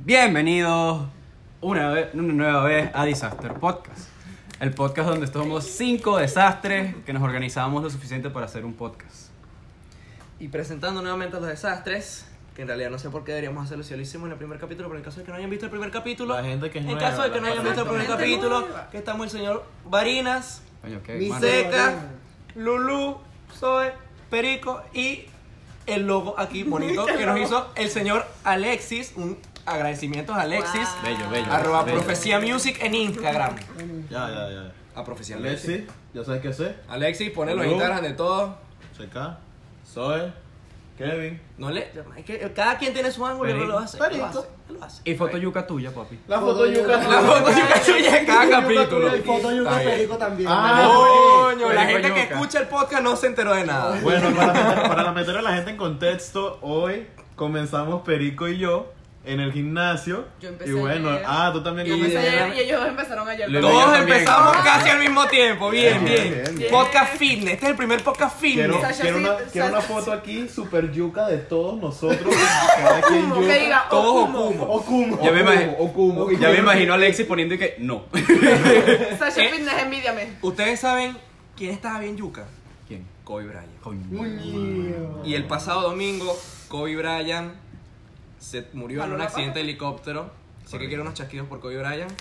Bienvenidos una, vez, una nueva vez a Disaster Podcast. El podcast donde somos cinco desastres que nos organizamos lo suficiente para hacer un podcast. Y presentando nuevamente a los desastres, que en realidad no sé por qué deberíamos hacerlo si ya lo hicimos en el primer capítulo, pero en caso de que no hayan visto el primer capítulo, La gente que es en nueva, caso de que la no hayan parte- visto el primer Exactamente. capítulo, que estamos el señor Varinas, Coño, qué Mi mano. se- Seca, Lulú, Zoe, Perico y el logo aquí bonito que nos hizo el señor Alexis, un agradecimiento a Alexis, Wow. Bello, bello. arroba bello. Profecía Music en Instagram. Ya, ya, ya. A Profecía Music. Alexi, ya sabes qué sé. Alexis, ponelo en Lulú. Instagram de todo. Seca, Zoe, Kevin. No le, es que cada quien tiene su ángulo, Perico. pero lo hace. Perico. Lo hace, lo hace. Y foto yuca tuya, papi. La foto yuca. La foto yuca suya en cada capítulo. Y foto y un Está bien. perico también. Ah, Coño, la Perico gente que yuca. escucha el podcast no se enteró de nada. Bueno, para meter, para meter a la gente en contexto, hoy comenzamos Perico y yo en el gimnasio. Yo empecé Y bueno, ayer. ah, tú también Yo empecé comenzaste. ayer y ellos empezaron ayer. Luego también. yo Todos también. empezamos casi al mismo tiempo. Bien, Bien, bien. bien, bien. Podcast fitness. Este es el primer podcast Quiero, fitness. Sasha, quiero, sí, una, Sasha. quiero una foto aquí, super yuca de todos nosotros. Cada quien yuca. Que diga, Todos oh, Okumo. O Kumo. Ya me o Kumo, imagino- o Kumo. Ya me imagino a Alexis poniendo y que no. Sasha Eh. Fitness, envidiame. Ustedes saben quién estaba bien yuca. ¿Quién? Kobe Bryant. Coño. Y el pasado domingo, Kobe Bryant se murió en un accidente de helicóptero. Así que quiero unos chasquidos por Kobe Bryant.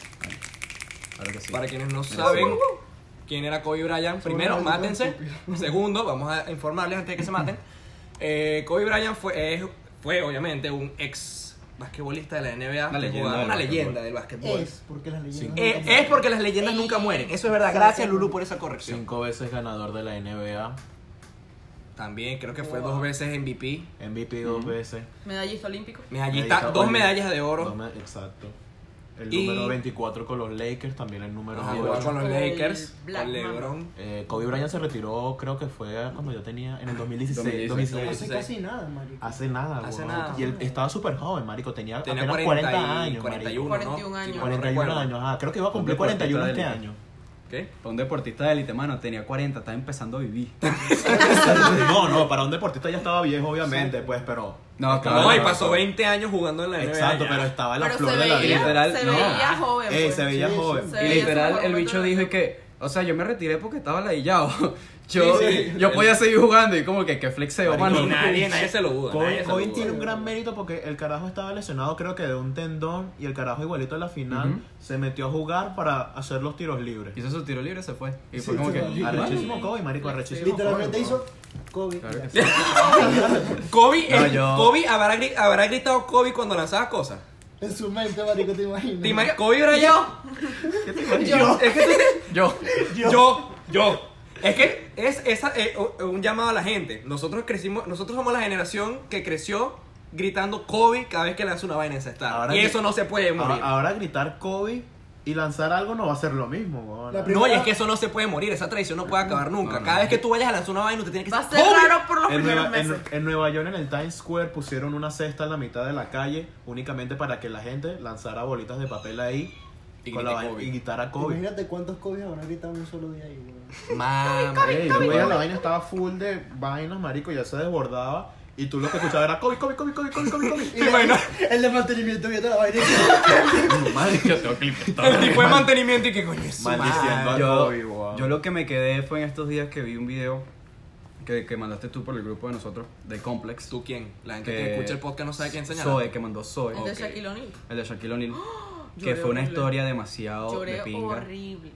Claro que sí. Para quienes no saben quién era Kobe Bryant, primero, Sobre- mátense. Segundo, vamos a informarles antes de que se maten. Eh, Kobe Bryant fue, es- fue, obviamente, un ex basquetbolista de la NBA. Una que leyenda jugaba- del una basquetbol. leyenda del basquetbol. Es, porque las leyendas. Sí. nunca Eh, mueren. es porque las leyendas nunca mueren. Eso es verdad. Gracias, Lulu, por esa corrección. Cinco veces ganador de la NBA. También creo que fue dos veces MVP. MVP dos Ujú. veces. Medallista olímpico. Medallista, Medallista dos olímpica. medallas de oro. Dos me- Exacto. El Y- número 24 con los Lakers, también el número Ajá, 8. jugó con los Con Lakers, Black con Mamba. LeBron. Eh, Kobe Bryant se retiró, creo que fue cuando yo tenía, en el 2016. 2016. Hace 2016. casi nada, marico. Hace nada, Hace huevón. nada. Y él estaba súper joven, marico. Tenía, Tenía apenas 40 40, y- años, 41, marico. ¿no? 41 años. Sí, 41 recuerdo. años, ajá. Creo que iba a cumplir Un deportista 41 de este élite. año. ¿Qué? Para un deportista de élite, mano, tenía 40, estaba empezando a vivir. no, no, para un deportista ya estaba viejo, obviamente, pues, pero... No, Estaba- No, y pasó 20 años jugando en la NBA. Exacto, ya. pero estaba la Pero flor se de la veía, vida. Literal, se no. veía joven. Eh, pues. se veía Sí, sí. joven. Se Y veía literal, súper el bueno, bicho ¿no? dijo y que, o sea, yo me retiré porque estaba ladillado. Yo, Sí, sí. yo podía seguir jugando y como que, que flexeo, Marico, mano. Y nadie, nadie se lo duda. Pues nadie Cohen, se lo Cohen duda. tiene un gran mérito porque el carajo estaba lesionado, creo que de un tendón, y el carajo igualito en la final Ujú. se metió a jugar para hacer los tiros libres. Hizo su tiro libre, se fue. Y fue Sí, como que. sí, sí. "Ah, no". Arrechísimo Kobe, marico, arrechísimo. Literalmente Kobe, hizo Kobe. Claro que Ya. sí. Kobe, No, el- yo- Kobe habrá, gri- habrá gritado Kobe cuando lanzaba cosas. En su mente, marico, te imaginas. ¿Te imaginas? Kobe Bryant. Yo. Es que tú te- Yo. yo. yo, Es que es esa, eh, o- un llamado a la gente. Nosotros crecimos, nosotros somos la generación que creció gritando Kobe cada vez que lanza una vaina en cestar. Ahora Y que- eso no se puede morir. Ahora, ahora gritar Kobe y lanzar algo no va a ser lo mismo, weón. La No, y es que eso no se puede morir, esa tradición no puede acabar nunca. No, no. Cada vez que tú vayas a lanzar una vaina, usted tiene que Va a decir, ser "Kobe". raro por los En primeros Nueva, meses. en- en Nueva York, en el Times Square, pusieron una cesta en la mitad de la calle únicamente para que la gente lanzara bolitas de papel ahí Y con grite la vaina- Kobe. y gritar a Kobe. Imagínate cuántos Kobe habrán gritado en un solo día ahí, weón. Mamá. Ey, yo veía la vaina estaba full de vainas, marico, ya se desbordaba. Y tú lo que escuchabas era Kobe, Kobe, Kobe, Kobe, Kobe, Kobe, Kobe. Y El de mantenimiento viendo la vaina. Yo tengo clip. El tipo de mantenimiento y que coño es su Maldiciendo madre. a Yo, Kobe, weón. yo lo que me quedé fue en estos días que vi un video que, que mandaste tú por el grupo de nosotros, de Complex. ¿Tú quién? La gente Que- que escucha el podcast no sabe quién señala. Zoe, que mandó Zoe. El de Ok. Shaquille O'Neal. El de Shaquille O'Neal. que lloré fue una horrible. historia demasiado de Lloré pinga. horrible.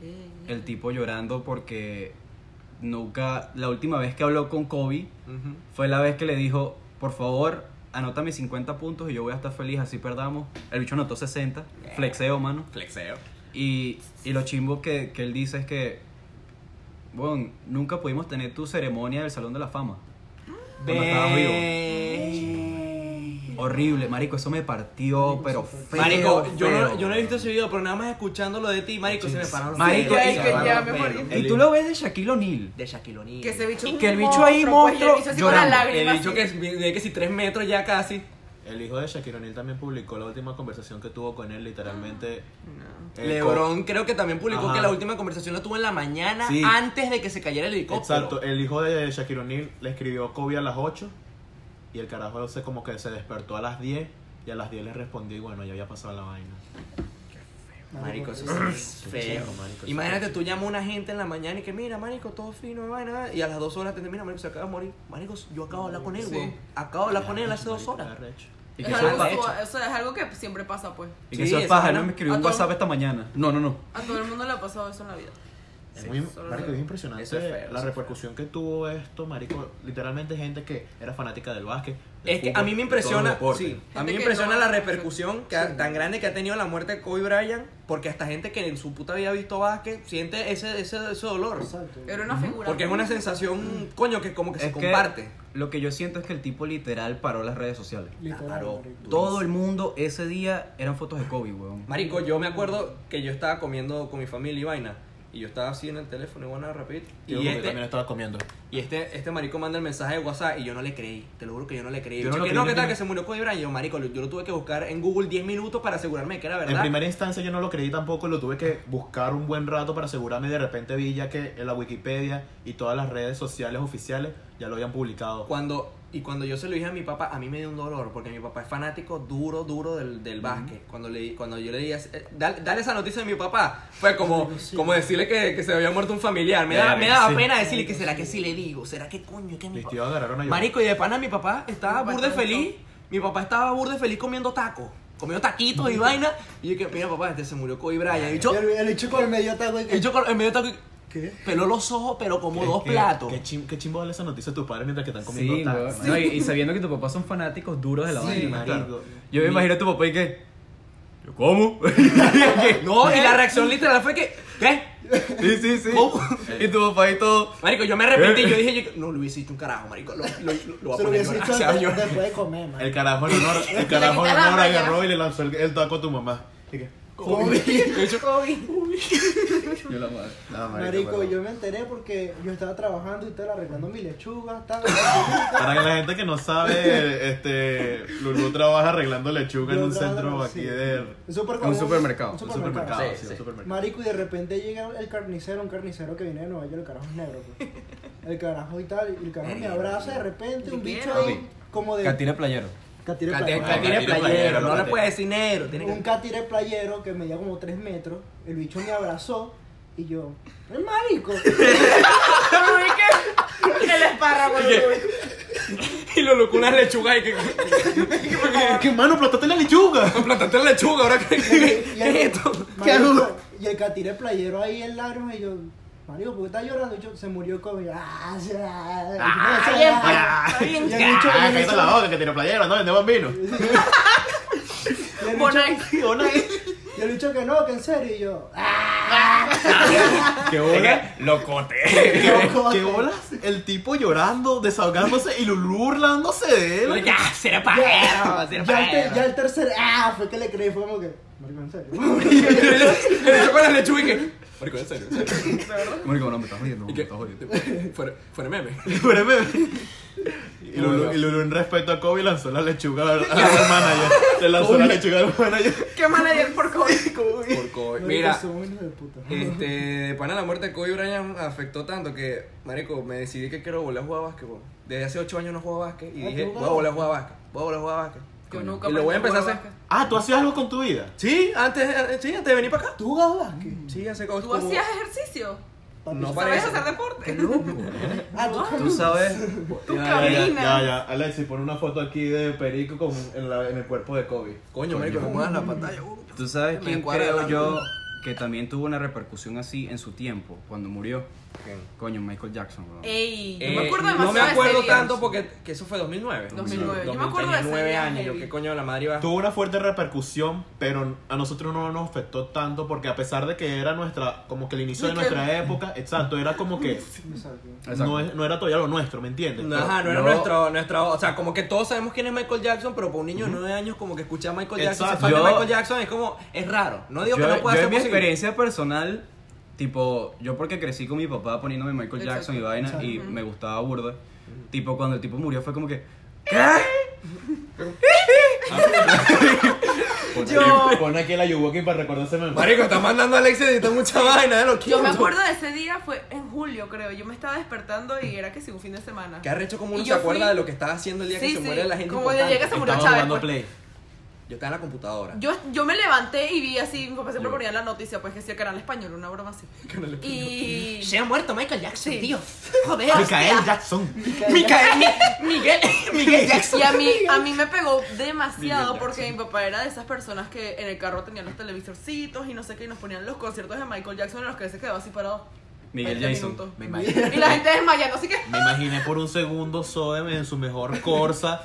El tipo llorando porque nunca. La última vez que habló con Kobe Ujú. fue la vez que le dijo: Por favor, anótame 50 puntos y yo voy a estar feliz, así perdamos. El bicho anotó 60. Flexeo, mano. Flexeo. Y, y lo chimbo que, que él dice es que, bueno, nunca pudimos tener tu ceremonia del Salón de la Fama. Cuando estabas vivo. Ve- Horrible, marico, eso me partió, pero feo. Marico, yo no, feo. yo no he visto ese video, pero nada más escuchando lo de ti, Marico, se me pararon. los Marico, pelos, ya, se ya, me ya, pararon me los morí. pelos. Y tú lo ves de Shaquille O'Neal. De Shaquille O'Neal. Que ese bicho Que el bicho ahí, monstruo, llorando. El bicho que mide que si tres metros ya casi. El hijo de Shaquille O'Neal también publicó la última conversación que tuvo con él, literalmente. eh, Lebron creo que también publicó Ajá. que la última conversación la tuvo en la mañana Sí. antes de que se cayera el con- helicóptero. Exacto, el hijo de Shaquille O'Neal le escribió Kobe a las 8 y el carajo se como que se despertó a las 10 y Y a las 10 les respondí, bueno, ya había pasado la vaina. Marico, eso Marico, es sí. feo. Chimbo, marico, eso Imagínate, es tú llamas a una gente en la mañana y que mira, marico, todo fino, vaina. Y a las dos horas te mira, marico, se acaba de morir. Marico, yo acabo de hablar con él, Sí. weón. Acabo de hablar con él Oh, hace dos Marico, horas. qué arrecho. Y Es que Ajá, eso es algo, paja. hecho. su- eso es algo que siempre pasa, pues. Y que Sí, eso es eso paja, es no una- me escribió a un todo- WhatsApp esta mañana. No, no, no. A todo el mundo le ha pasado eso en la vida. Es Sí, muy, eso es marico, feo. es impresionante Eso es feo, eso la es repercusión que tuvo esto, marico. Literalmente gente que era fanática del básquet. del Es que a fútbol, mí me de todos los impresiona, sí, deportes. a Gente mí que me impresiona no- la repercusión que ha- tan grande que ha tenido la muerte de Kobe Bryant, porque hasta gente que en su puta vida ha visto básquet siente ese, ese, ese dolor. Exacto. Era una figura. Porque es una sensación, coño, que como que se Es que comparte. Lo que yo siento es que el tipo literal paró las redes sociales. Literal, La paró. marico. Todo el mundo ese día eran fotos de Kobe, weón. Marico, yo me acuerdo que yo estaba comiendo con mi familia y vaina. Y yo estaba así en el teléfono, y bueno, rapidito. Y Yo como que este, también estaba comiendo. Y este, este marico manda el mensaje de WhatsApp y yo no le creí. Te lo juro que yo no le creí. Yo Yo no lo que creí, no, yo que tal, también. que se murió Kobe Bryant. Y Yo, marico, lo- yo lo tuve que buscar en Google 10 minutos para asegurarme que era verdad. En primera instancia yo no lo creí tampoco, lo tuve que buscar un buen rato para asegurarme y de repente vi ya que en la Wikipedia y todas las redes sociales oficiales ya lo habían publicado. Cuando, y cuando yo se lo dije a mi papá, a mí me dio un dolor, porque mi papá es fanático duro, duro del, del básquet. Cuando, le, cuando yo le dije, eh, dale, dale esa noticia a mi papá, fue como, Sí. como decirle que, que se había muerto un familiar. Me, da, Verga, me daba sí. pena decirle que será que sí le digo, será que coño, que mi Mis papá. tíos agarraron a llorar. Marico, y de pana mi papá estaba Mi papá burde estaba feliz. Mi papá estaba burde feliz comiendo tacos. Comió taquitos y vaina. Y yo que, mira papá, este se murió Kobe Bryant. Y yo, El, el hecho con el medio taco y que- y yo con- en medio de taco, ¿Qué? peló los ojos, pero como ¿Qué- dos qué- platos. Qué, chim- qué chimbo vale esa noticia de tus padres mientras que están comiendo Sí, tacos, weón. marico. No, y, y sabiendo que tus papás son fanáticos duros de la Sí, vaina. marico. claro. Yo me Mi- imagino a tu papá y que. ¿Yo cómo? ¿Qué? No, y la reacción literal fue que, ¿qué? Sí, sí, sí. ¿Cómo? Y tu papá y todo. Marico, yo me arrepentí. Yo dije, yo- no, lo hubiese hecho un carajo, marico. Lo, lo, lo, lo voy a Se poner lo a hubiese llorar. hecho O sea, yo- antes- después de comer, man. El carajo de honor, el carajo de quita la honor raya. agarró y le lanzó el, el taco a tu mamá. Y que, Yo he hecho- Yo la madre. "No, Marico, perdón". yo me enteré porque yo estaba trabajando y estaba arreglando mi lechuga, tal. Para que la gente que no sabe, este, Lulú trabaja arreglando lechuga en un centro aquí de... Un, supermercado. Un supermercado, Un Un supermercado. supermercado, Sí, sí, sí. un supermercado. Marico, y de repente llega el carnicero, un carnicero que viene de Nueva York, el carajo es negro. pues. El carajo y tal, y el carajo me abraza de repente, un bicho ahí, como de... Catire playero. catire Cate- playero. Catire playero, Catire playero, no le cate. puedes decir negro. tiene que- Un catire playero que medía como 3 metros, el bicho me abrazó, y yo, ¡el marico! Que el espárrago. Y lo loco una lechuga y que. ¡Qué mano, aplastaste la lechuga! Plantaste la lechuga, ahora que. Y el- ¿Qué es esto? Marico, y el catire playero ahí en lágrimas y yo, Marico, ¿por qué estás llorando? Y yo, se murió Kobe. ¡Ah! sí, ah, ah, Está ah, bien, ah. está bien. Y el bicho- y Ah, el cállate bicho- la boca, que tiene playera, no, vendemos vino. y el bicho- Bonai. y el bicho que no, que en serio. Y yo, ¡ah! ¡Qué Locote. ¿Qué bolas? El tipo llorando, desahogándose y Lulú burlándose de él. Ya, "Ah, será Ya, pajero, ya, será el pajero. te- ya el tercer, ¡ah! Fue que le creí, fue como que, Marico, en serio. Le echó con la lechuga y que. Marico, en serio. Marico, no, me estás jodiendo. Y me que. estás jodiendo. Fuera- Fuera meme. Espérame. Y Lulú, y Lulú, en respeto a Kobe, lanzó la lechuga al, al manager. Le lanzó la lechuga al manager. Qué manager por COVID. Por COVID. Marico, Mira. son unos de puta. Este, de pana la muerte de Kobe Bryant afectó tanto que, marico, me decidí que quiero volver a jugar a básquetbol. Desde hace 8 años no juego a básquet y Ah, dije, ¿tú jugabas? voy a volver a jugar a básquet, voy a volver a jugar a básquet. Yo nunca Y lo voy a empezar aprendí a jugar hacer. básquet. Ah, ¿tú hacías algo con tu vida? Sí, antes, eh, sí, antes de venir para acá. ¿Tú jugabas básquet? Sí, hace como- ¿Tú hacías ejercicio? Papi, Mm. No ¿sabes? parece. ¿Sabías hacer deporte? Ah, tú Tú sabes. Ya, ya, Ya, Camina. ya, ya. Alexis, pon una foto aquí de Perico con, en, la- en el cuerpo de Kobe. Coño, marico, no muevas la pantalla. uh, Tú sabes me quién cuadra creo la- yo que también tuvo una repercusión así en su tiempo, cuando murió. Coño, Michael Jackson, weón. Ey, Eh, yo me acuerdo no demasiado me de ese acuerdo día. tanto porque que eso fue 2009. 2009. Yo me acuerdo de ese 2009 día, años, yo heavy. qué coño de la madre iba. Tuvo una fuerte repercusión, pero a nosotros no nos afectó tanto porque a pesar de que era nuestra, como que el inicio de nuestra época, exacto, era como que Exacto. Exacto. no, es- no era todavía lo nuestro, ¿me entiendes? No, Ajá, no era No. nuestro, nuestra, o sea, como que todos sabemos quién es Michael Jackson, pero para un niño de 9 años como que escuchar a Michael Jackson, Exacto. se fue Yo- Michael Jackson es como, es raro, no digo yo, que no pueda yo ser en mi posible. experiencia personal, tipo, yo porque crecí con mi papá poniéndome Michael Exacto. Jackson y vaina y Ujú. me gustaba burda. Tipo, cuando el tipo murió fue como que. Pon aquí- Yo- Pon aquí la Yuwoki para recordárselo. Marico, está mandando a Alexis editar mucha vaina, lo Yo me acuerdo de ese día, fue en julio, creo. Yo me estaba despertando y era que sí, un fin de semana. Que arrecho como uno Y se yo acuerda fui- de lo que estaba haciendo el día que Sí, se sí, muere la gente como el importante. día que se murió Estaba Chávez, jugando pues. Play. Yo estaba en la computadora. Yo, yo me levanté y vi así, mi papá siempre ponía en la noticia, pues que sí, el canal español, una broma así. Y. ha muerto Michael Jackson, Sí. Joder. Michael Jackson. Micael, Mi- Miguel, Miguel Y a mí, a mí me pegó demasiado Miguel porque mi papá era de esas personas que en el carro tenían los televisorcitos y no sé qué, y nos ponían los conciertos de Michael Jackson en los que él se quedaba así parado. Miguel 20 Jason. minutos. Me imagino. Y la gente desmayando, así que. Me imaginé por un segundo Sodem en su mejor Corsa,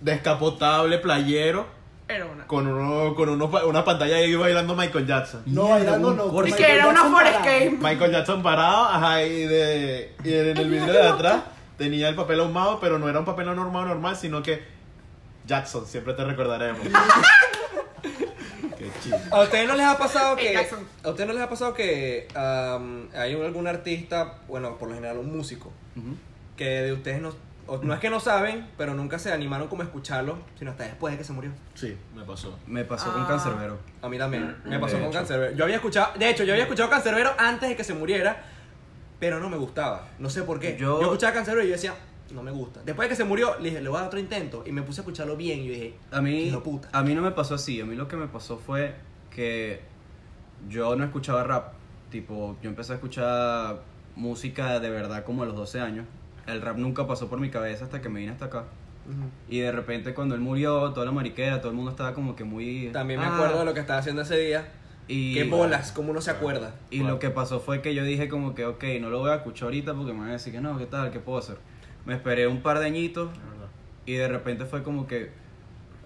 descapotable, playero, Era una. con uno, con uno, pa- una pantalla ahí bailando Michael Jackson. No, bailando no. Corsa. Michael Que era una Jackson forest parado. game. Michael Jackson parado, ajá, y, de, y en el video de atrás tenía el papel ahumado, pero no era un papel ahumado normal, sino que Jackson, siempre te recordaremos. Qué chido. ¿A ustedes no les ha pasado que El Jackson. a ustedes no les ha pasado que am, hay un- algún artista, bueno, por lo general un músico Ujú. que de ustedes no o- no es que no saben, pero nunca se animaron como a escucharlo, sino hasta después de que se murió. Sí, me pasó. Me pasó Ah. con Cancerbero. A mí también. Me Mm, De pasó con hecho. Cancerbero. Yo había escuchado, de hecho, yo había escuchado Cancerbero antes de que se muriera, pero no me gustaba. No sé por qué. Yo, Yo- escuchaba Cancerbero y yo decía, no me gusta. Después de que se murió, le dije, le voy a dar otro intento. Y me puse a escucharlo bien y yo dije, A mí, Hijo puta. a mí no me pasó así. A mí lo que me pasó fue que yo no escuchaba rap. Tipo, yo empecé a escuchar música de verdad como a los 12 años. El rap nunca pasó por mi cabeza hasta que me vine hasta acá. Y de repente cuando él murió, toda la mariquera, todo el mundo estaba como que muy... también me "Ah". acuerdo de lo que estaba haciendo ese día. Y- Qué bolas, cómo uno se acuerda. Y lo que pasó fue que yo dije como que, ok, no lo voy a escuchar ahorita porque me van a decir que no, ¿qué tal? ¿Qué puedo hacer? Me esperé un par de añitos y de repente fue como que,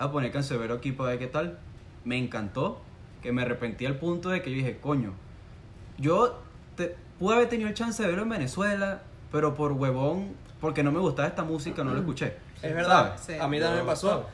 "Ah, a poner Cancerbero aquí para ver qué tal. Me encantó, que me arrepentí al punto de que yo dije, coño, yo te- pude haber tenido el chance de verlo en Venezuela, pero por huevón, porque no me gustaba esta música, no lo escuché. Es verdad. ¿sabes? Sí. A mí también me pasó.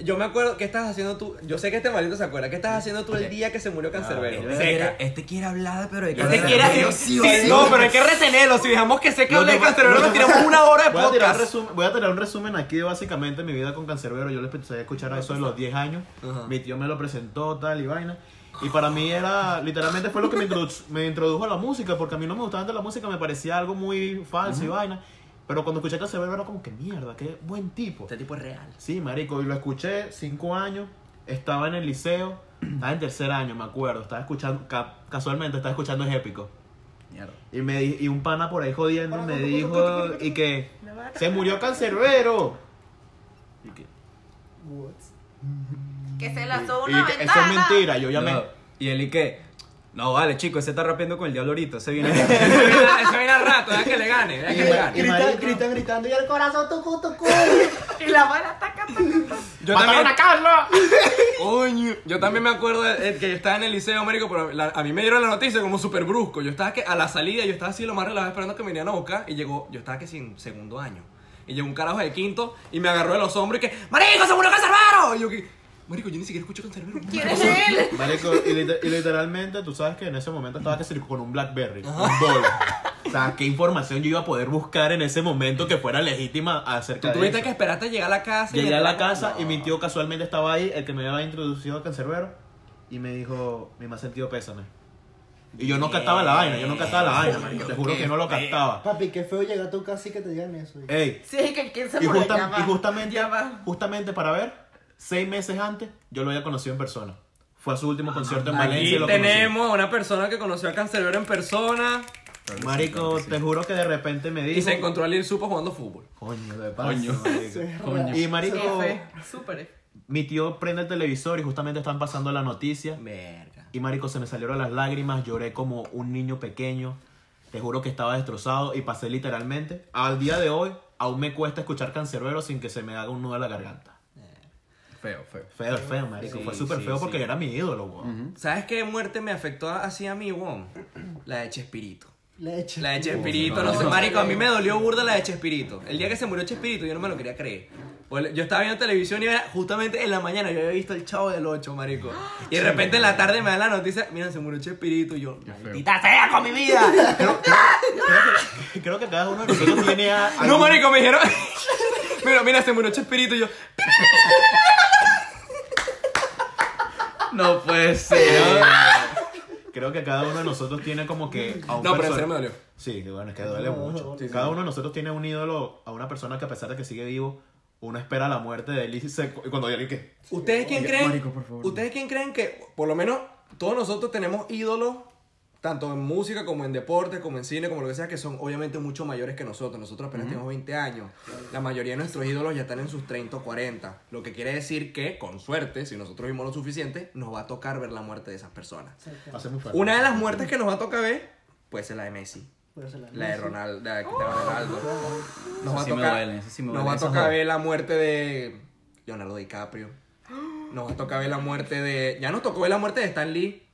Yo me acuerdo, ¿qué estás haciendo tú? Yo sé que este maldito se acuerda. ¿Qué estás haciendo tú el día que se murió Cancerbero? Este quiere, este quiere hablar, pero de Yo te cara- quiera- Yo sí, sí, no, pero hay que retenerlo. Si dejamos que sé que No, hablé de no, Cancerbero, no, nos no. tiramos una hora de Voy a, tirar un podcast. resumen, voy a tirar un resumen aquí de básicamente mi vida con Cancerbero. Yo le empecé a escuchar a eso de los 10 años. Ajá. Mi tío me lo presentó, tal y vaina. Y para mí era, literalmente fue lo que me, introdu- me introdujo a la música, porque a mí no me gustaba tanto la música, me parecía algo muy falso y vaina. Pero cuando escuché a Cancerbero era como que mierda, qué buen tipo. Este tipo es real. Sí, marico, y lo escuché cinco años, estaba en el liceo, estaba en tercer año, me acuerdo, estaba escuchando, ca- casualmente estaba escuchando Es Épico. Mierda. Y, me, di- y un pana por ahí jodiendo me dijo, y que, se murió Cancerbero. Y que, What? Que se lanzó y una que, eso es ventana. mentira, yo llamé. No, Y él y que, no vale, chico, ese está rapeando con el diablo ahorita, ese viene. Eso viene al rato, deja que le gane, deja que le gane. Grita- marico. gritan, gritando y el corazón tucu, tucu. Y la bala taca, taca, taca. Yo ¡Mataron también, a Carlos! Coño. yo también me acuerdo de- de que yo estaba en el liceo, marico, pero la- a mí me dieron la noticia como súper brusco. Yo estaba que a la salida, yo estaba así lo más relajado esperando que me vinieran a buscar y llegó, yo estaba que sin segundo año. Y llegó un carajo de quinto y me agarró de los hombros y que, marico, se murió Cancerbero. Y yo que, marico, yo ni siquiera escucho Cancerbero. ¿Quién es él? Marico, y, liter- y literalmente, tú sabes que en ese momento estaba que circo- con un Blackberry, un bolo. O sea, ¿qué información yo iba a poder buscar en ese momento que fuera legítima acerca Tú de tuviste eso? que esperarte a llegar a la casa. y Llegué a la entrar- casa y No. mi tío casualmente estaba ahí, el que me había introducido a Cancerbero, y me dijo, mi más sentido pésame. Y yo no captaba la vaina, yo no captaba la vaina, marico, te juro que no lo captaba. Papi, qué feo llegar a tu casa y que te digan eso. Ey, Sí, es que quién se y, murió. justa- Ya va. y justamente, Ya va. justamente para ver, seis meses antes, yo lo había conocido en persona. Fue a su último concierto en Valencia. y Aquí lo conocí. tenemos a una persona que conoció a Cancerbero en persona Marico, te juro que de repente me dijo. y se encontró a Lil Supo jugando fútbol. Coño, de paso. Coño. marico. Coño. Y marico, F, súper F. mi tío prende el televisor y justamente están pasando la noticia. Verga. Y marico, se me salieron las lágrimas, lloré como un niño pequeño. Te juro que estaba destrozado y pasé literalmente. Al día de hoy, aún me cuesta escuchar Cancerbero sin que se me haga un nudo en la garganta. Feo, feo. Feo, feo, marico. Sí, Fue súper sí, feo porque sí. era mi ídolo, weón. ¿Sabes qué muerte me afectó así a mí, weón? La de Chespirito. Leche. La de Chespirito, no sé, marico, a mí me dolió burda la de Chespirito. El día que se murió Chespirito, yo no me lo quería creer. Pues, Yo estaba viendo televisión y era justamente en la mañana, yo había visto el chavo del 8, marico. Y de repente en la tarde me dan la noticia, mira, se murió Chespirito y yo, maldita sea con mi vida. Creo que cada uno de nosotros tiene a. No, algún- marico, me dijeron. Mira, mira, se murió Chespirito y yo. No puede ser. Creo que cada uno de nosotros tiene como que a un No, pero en perso- serio me dolió. Sí, que bueno, es que duele mucho. cada uno de nosotros tiene un ídolo a una persona que a pesar de que sigue vivo, uno espera la muerte de Lizzie Seco- y cuando yo le que ¿Ustedes quién Oye, creen? marico, por favor, no. ¿Ustedes quién creen que, por lo menos, todos nosotros tenemos ídolos, tanto en música como en deporte, como en cine, como lo que sea, que son obviamente mucho mayores que nosotros. Nosotros apenas tenemos 20 años. La mayoría de nuestros ídolos ya están en sus 30 o 40. Lo que quiere decir que, con suerte, si nosotros vimos lo suficiente, nos va a tocar ver la muerte de esas personas. Exacto. hace muy fuerte. Una de las muertes que nos va a tocar ver puede ser la de Messi. Puede ser La de Ronaldo, la de Cristiano Ronaldo. Nos Esa va a Oh. sí me tocar, duele, esa sí me nos duele, va a esa tocar joda. ver la muerte de Leonardo DiCaprio. Nos va a tocar ver la muerte de. Ya nos tocó ver la muerte de Stan Lee.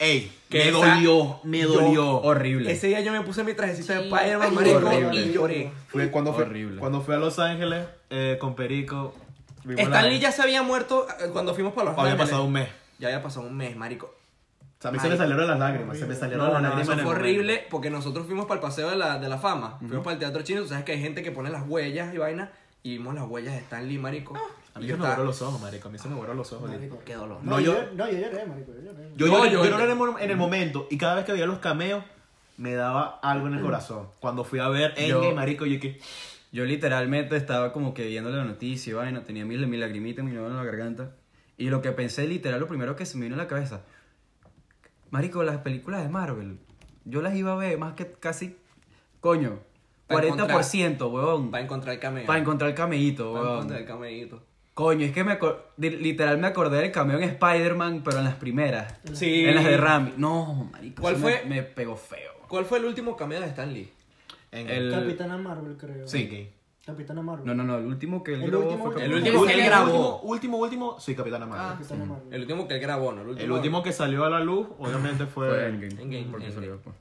¡Ey! que me esa- dolió, me yo- dolió. Horrible. Ese día yo me puse mi trajecito de Sí. Spider-Man, Ay, marico, horrible. y lloré. Fue cuando fui, Horrible. cuando fui a Los Ángeles eh, con Perico. vimos la- Stan Lee ya se había muerto eh, cuando fuimos para los Había Ángeles. pasado un mes. Ya había pasado un mes, marico. O sea, a mí se me Marico. salieron las lágrimas. Se me salieron No, las no, lágrimas. eso en el fue momento. horrible porque nosotros fuimos para el paseo de la, de la fama. Fuimos para el teatro chino. Tú sabes que hay gente que pone las huellas y vaina. Y vimos las huellas de Stan Lee, marico. Ah. A y mí yo se me estaba- borró los ojos, marico. A mí se me borró los ojos. Lili. Marico. Qué dolor. No, No, yo, yo- no, yo lloré, marico, yo lloré. Yo, No, lloré- yo- yo lloré en el- en el momento y cada vez que veía los cameos me daba algo en el corazón. Cuando fui a ver Yo- Endgame, marico, Mm. yo que Yo literalmente estaba como que viendo la noticia y vaina, tenía mi, mi lagrimita, mi novio en la garganta. Y lo que pensé, literal, lo primero que se me vino a la cabeza. Marico, las películas de Marvel, yo las iba a ver más que casi, coño, Pa' encontrar- 40%, huevón. Para encontrar el cameo. Para encontrar el cameíto, Pa' huevón. encontrar el cameíto. Coño, es que me acor- di- literal me acordé del cameo en Spider-Man, pero en las primeras. Sí. En las de Rami. No, marico. ¿Cuál eso fue? Me, me pegó feo. ¿Cuál fue el último cameo de Stan Lee? El- Capitana Marvel, creo. Sí. Capitana Marvel. No, no, no, el último que él El grabó último fue que- Capitán El último que él grabó. Ah. Último, último, último, sí, Capitana Marvel. Capitana Marvel. El último que él grabó, ¿no? El último. El último que salió a la luz, obviamente, fue. Fue Endgame. Endgame, porque Endgame. salió después.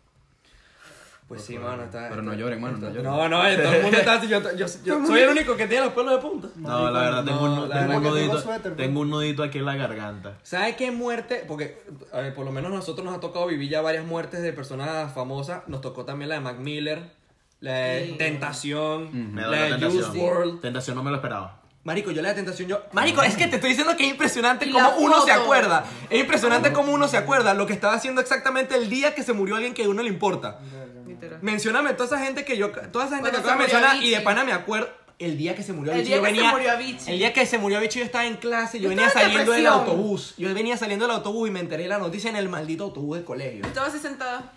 Pues sí, mano, está. Pero no está- lloren, mano, no lloren. No, no, eh, todo el mundo está así. Yo, yo- yo soy el único que tiene los pelos de punta. No, la verdad, tengo, No, un, la verdad tengo un que tengo nudito, suéter, pues. tengo un nudito aquí en la garganta. ¿Sabes qué muerte? Porque a ver, por lo menos nosotros nos ha tocado vivir ya varias muertes de personas famosas. Nos tocó también la de Mac Miller, la de Tentación, Me da la la de Juice tentación. World. Tentación no me lo esperaba. Marico, yo la de Tentación, yo. Marico, es que te estoy diciendo que es impresionante Y cómo la uno se foto. acuerda. Es impresionante cómo uno se acuerda lo que estaba haciendo exactamente el día que se murió alguien que a uno le importa. Literal. Mencióname toda esa gente que yo. Toda esa gente Cuando que se acabo de murió mencionar Avicii. y de pana me acuerdo. El día que se murió El Avicii, día yo que se venía. murió Avicii. El día que se murió Avicii, yo estaba en clase, yo Yo venía estaba en saliendo del depresión. autobús. Yo venía saliendo del autobús y me enteré de la noticia en el maldito autobús del colegio. Estaba así sentada.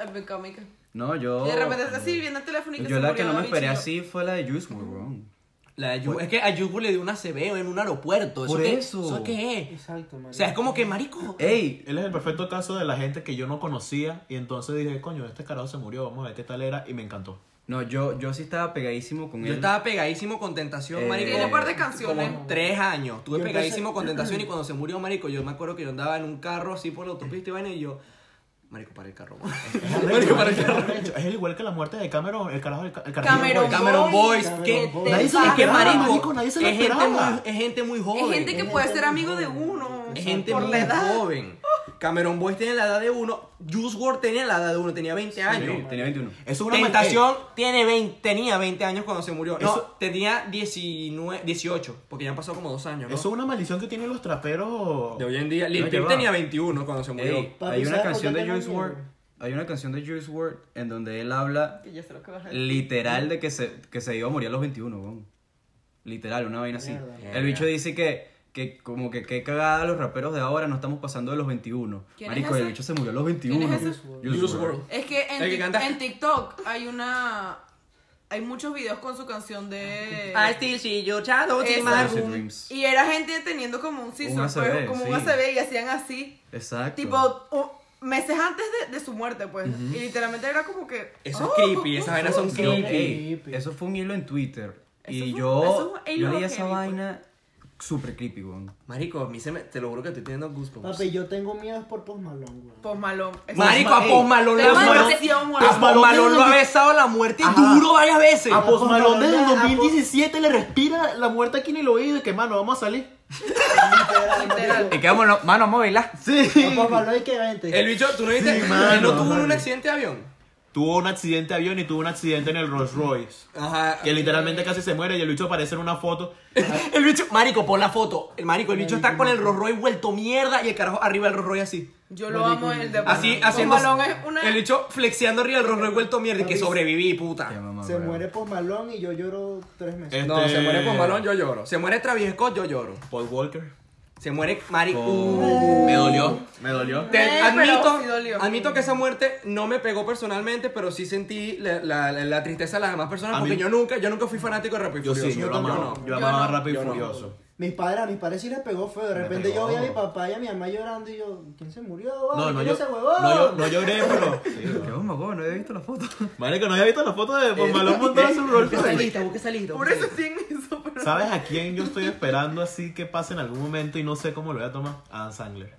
En mi cama, y que- Oh, No, yo. Y de repente estás así viendo el teléfono y que Yo se la murió que no me Avicii, esperé yo- así fue la de Juice WRLD, weón. La de Yu- es que a Yugo le dio una CB en un aeropuerto. ¿Eso Por qué- eso. ¿Eso qué es? Exacto, marico. O sea, es como que, marico. ¡Ey! Él es el perfecto caso de la gente que yo no conocía y entonces dije, coño, este carajo se murió, vamos a ver qué tal era y me encantó. No, yo, yo sí estaba pegadísimo con Yo él. estaba pegadísimo con Tentación, Eh, marico. Tiene un par de canciones. Como tres años. Estuve Yo empecé- pegadísimo con Tentación y cuando se murió, marico, yo me acuerdo que yo andaba en un carro así por la autopista y vaina y yo... Marico, para el carro. marico, para el carro. Es el igual que la muerte de Cameron, el carajo, el, ca- el carajo. Cameron. Cameron Boys, Boys. que Cameron te- Boys. es Nadie se lo que esperaba, marico, marico, nadie se lo es, gente esperaba. muy, es gente muy joven. Es gente que puede ser amigo de uno. Es gente por muy la edad. joven. Cameron Boys tenía la edad de uno, Juice WRLD tenía la edad de uno, tenía 20 años. Sí, tenía 21. Eso es una Tentación tiene 20, tenía 20 años cuando se murió. No, Eso- tenía 19, 18, porque ya han pasado como dos años. Ey, ¿no? Eso es una maldición que tienen los traperos. De hoy en día, Lil No, ya Peep va. tenía 21 cuando se murió. Ey, Papi, hay una ¿sabes por canción qué de tengo Juice miedo? WRLD. Hay una canción de Juice WRLD en donde él habla Que ya sé lo que vas a decir. literal de que se, que se iba a morir a los 21, weón. Literal, una vaina así. Mierda. El bicho dice que, que como que qué cagada los raperos de ahora, no estamos pasando de los 21. ¿Quién es Marico, ese? el bicho se murió a los es 21. ese? Juice Juice WRLD. WRLD. Es que en, El que Tik- canta. en TikTok hay una. Hay muchos videos con su canción de. Ah, I still see your shadow in Esa. my Lucid room. Dreams. Y era gente teniendo como un scissor, ACB, pues, como un sí. ACB y hacían así. Exacto. Tipo, u- meses antes de, de su muerte, pues. Y literalmente era como que. Eso es "Oh, creepy, esas vainas son Yo, creepy. ey, Creepy. eso fue un hilo en Twitter. Eso Y fue- yo, eso fue un yo hilo leí esa heavy, pues. vaina super creepy, weón. Marico, a mí se me, te lo juro que estoy teniendo goosebumps. Papi, yo tengo miedo es por Post Malone, güey. Post Malone. Eso Marico, es- a Post Malone Te lo mando Malone- atención, a Post Post Malone Malone lo ha tiene- besado la muerte Ajá. duro varias veces. A Post Malone desde el A Post- 2017 le respira la muerte aquí en el oído y que, mano, vamos a salir. Literal, Literal. marico. que vámonos, mano, vamos a bailar. Sí. A Post Malone hay que vente. El bicho, ¿tú no viste? Sí, mano, él no tuvo mano. un accidente de avión. tuvo un accidente de avión y tuvo un accidente en el Rolls Royce. Ajá. Que literalmente casi se muere y el bicho aparece en una foto. El bicho, marico, pon la foto. El marico, el bicho está con el Rolls Royce vuelto mierda y el carajo arriba del Rolls Royce así. Yo lo amo el de Así, Pomalón. haciendo. Pomalón es una. El bicho flexiando arriba del Rolls Royce vuelto mierda y que sobreviví, puta. Qué mamá, Se weón. muere por malón y yo lloro tres meses. Eh. No, Este- se muere Pomalón, yo lloro. Se muere Travis Scott, yo lloro. Paul Walker. Se muere marico. Oh. Me dolió. Me dolió. Te- Eh, pero admito, sí dolió. admito que esa muerte no me pegó personalmente, pero sí sentí la, la- la- la tristeza de las demás personas A porque mí- yo nunca, yo nunca fui fanático de Rápido y Yo Furioso. sí, yo lo amaba. no. Yo Yo amaba no. Rápido Yo y no. Furioso. Mis padres, a mis padres sí les pegó feo. De repente yo vi a mi papá y a mi mamá llorando y yo, ¿quién se murió? No, no, ¿Quién yo, se huevó? no, yo, no lloré, pero. Qué bomba, weón, no había visto la foto. Marico, no había visto la foto de Paul Malone montado en su Rolls Royce. busca esa lista. Por eso estoy en eso, pero. ¿Sabes a quién yo estoy esperando así que pase en algún momento y no sé cómo lo voy a tomar? Adam Sangler.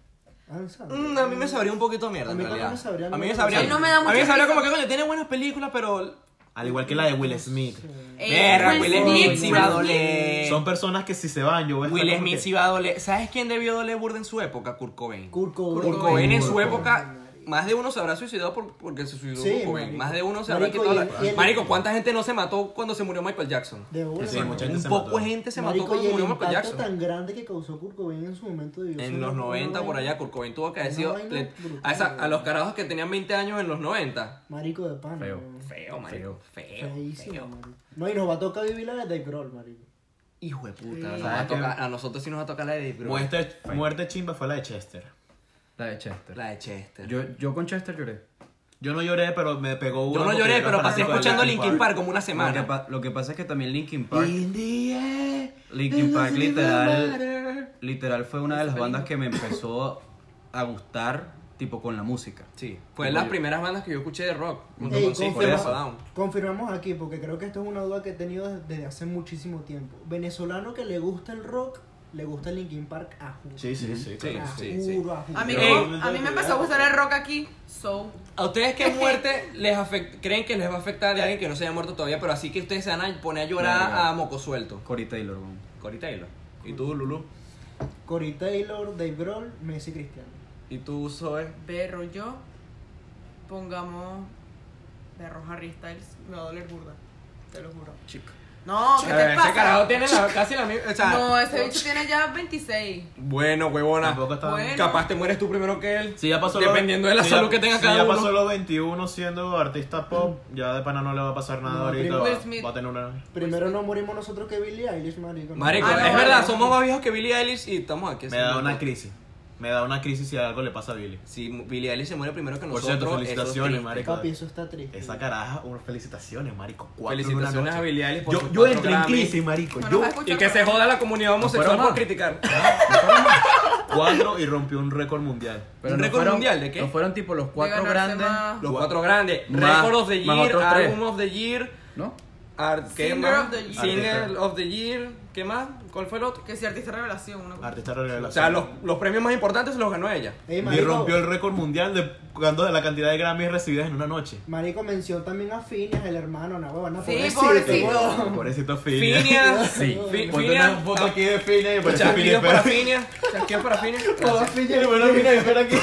Ah, no sabes. Mm, a mí me sabría un poquito mierda, A en mí también realidad. me sabría a mí me mierda. sabría. A mí no me da A mí mucha me sabría risa. como que, coño, tiene buenas películas, pero. Al igual que la de Will Smith. Eh, pues Verga, Will Smith sí va a Will doler. Son personas que si se van, yo voy a estar Will como Smith que- sí va a doler. ¿Sabes quién debió doler burda en su época? Kurt Cobain. Kurt Cobain. Kurt Cobain en su Kurt época. Más de uno se habrá suicidado por- porque se suicidó Sí, Kurt Cobain. marico. Más de uno se habrá Marico, quitado y la. el- y el- Marico, ¿cuánta gente no se mató cuando se murió Michael Jackson? De bola. Sí, mano. mucha gente Un se poco mató. de gente Este se mató Marico, cuando y el murió Michael impacto Jackson. tan grande que causó Kurt Cobain en su momento debió ser En los una 90 por vaina- allá, Kurt Cobain tuvo que haber Una sido. vaina le- brutal, a, esa- a los weón. carajos que tenían 20 años en los 90. Marico de pan. Feo. Feo, marico. Feo. Feísimo, feo. marico. No, y nos va a tocar vivir la de Dave Grohl, marico. Hijo de puta. Sí. nos va a, ¿Sabes qué? tocar- a nosotros sí nos va a tocar la de Dave Grohl. Muerte, este muerte chimba fue la de Chester. La de Chester. La de Chester. Yo, Yo, yo con Chester lloré. Yo no lloré, pero me pegó una no porque lloré, era pero pasé fanático de escuchando Linkin Park como una Lo que, semana. pa- lo que pasa es que también Linkin Park, In the air, Linkin it Park doesn't even literal, matter. literal fue una de las bandas que me empezó a gustar, tipo con la música. Sí, fue de las primeras bandas que yo escuché de rock. Junto Ey, con System confirma- of a Down. Confirmamos aquí, porque creo que esto es una duda que he tenido desde- desde hace muchísimo tiempo. Venezolano que le gusta el rock, le gusta Linkin Park a juro. Sí, sí, Sí. sí. claro. A sí, sí. juro, a juro. A mí, Ey. como- a mí me empezó a gustar el rock aquí, so. ¿A ustedes qué muerte les afect- creen que les va a afectar de alguien que no se haya muerto todavía? Pero así que ustedes se van a poner a llorar Verga. a moco suelto. Cory Taylor, weón. Cory Taylor. ¿Y tú, Lulu? Corey Taylor, Dave Grohl, Messi Cristiano. ¿Y tú, Zoe? Berro yo. Pongamos. Berro Harry Styles. Me va a doler burda. Te lo juro. Chica. No, ¿qué te Eh, ese carajo pasa? tiene la- casi la misma. O sea, No, ese bicho tiene ya 26. Bueno, huevona. Tampoco estaba. Bueno. Capaz te mueres tú primero que él. Si ya pasó los- Dependiendo de la si salud ya- que tenga si cada ya uno. pasó los 21 siendo artista pop, ya de pana no le va a pasar nada No, ahorita. Will Va, Smith. va a tener una. Primero no morimos nosotros que Billie Eilish, marico. Marico, Pues Ah, no, es verdad, no. somos más viejos que Billie Eilish y estamos aquí. Me da haciendo una cosas. crisis. Me da una crisis si algo le pasa a Billy. Si Billie Eilish se muere primero que Por nosotros. cierto, eso es felicitaciones, triste. marico. Papi, eso está triste. Esa caraja, unas felicitaciones, marico. Cuatro en una Felicitaciones noche. a Billie Eilish por Yo, sus yo cuatro entré en Grammys. crisis, marico. No nos yo va a escuchar. Y que se joda la comunidad homosexual fueron por más. criticar. cuatro y rompió un récord mundial. ¿Un récord fueron- mundial de qué? No fueron tipo los cuatro ganarse grandes, más. Los Gua- cuatro grandes. Más- Record of the más Year, otros tres. Album of the Year, ¿no? Art, ¿qué Singer más? of the Year. Singer Artista. of the Year, ¿qué más? ¿Cuál fue el otro? Que si artista revelación. Una... cosa. Artista O sea, revelación. los, los premios más importantes los ganó ella. Ey, y marico, rompió el récord mundial de jugando de la cantidad de Grammys recibidas en una noche. Marico mencionó también a Phineas, el hermano, no, huevón, no, Sí, pobrecito, pobrecito. huevón. Pobrecito Phineas. Phineas. Sí. Fi- Ponte Phineas. una foto aquí de Phineas y ah, parece Chasquidos Phineas para Ferro. Phineas. Chasquidos para Phineas. Todo Phineas, Bueno, mira, espera aquí.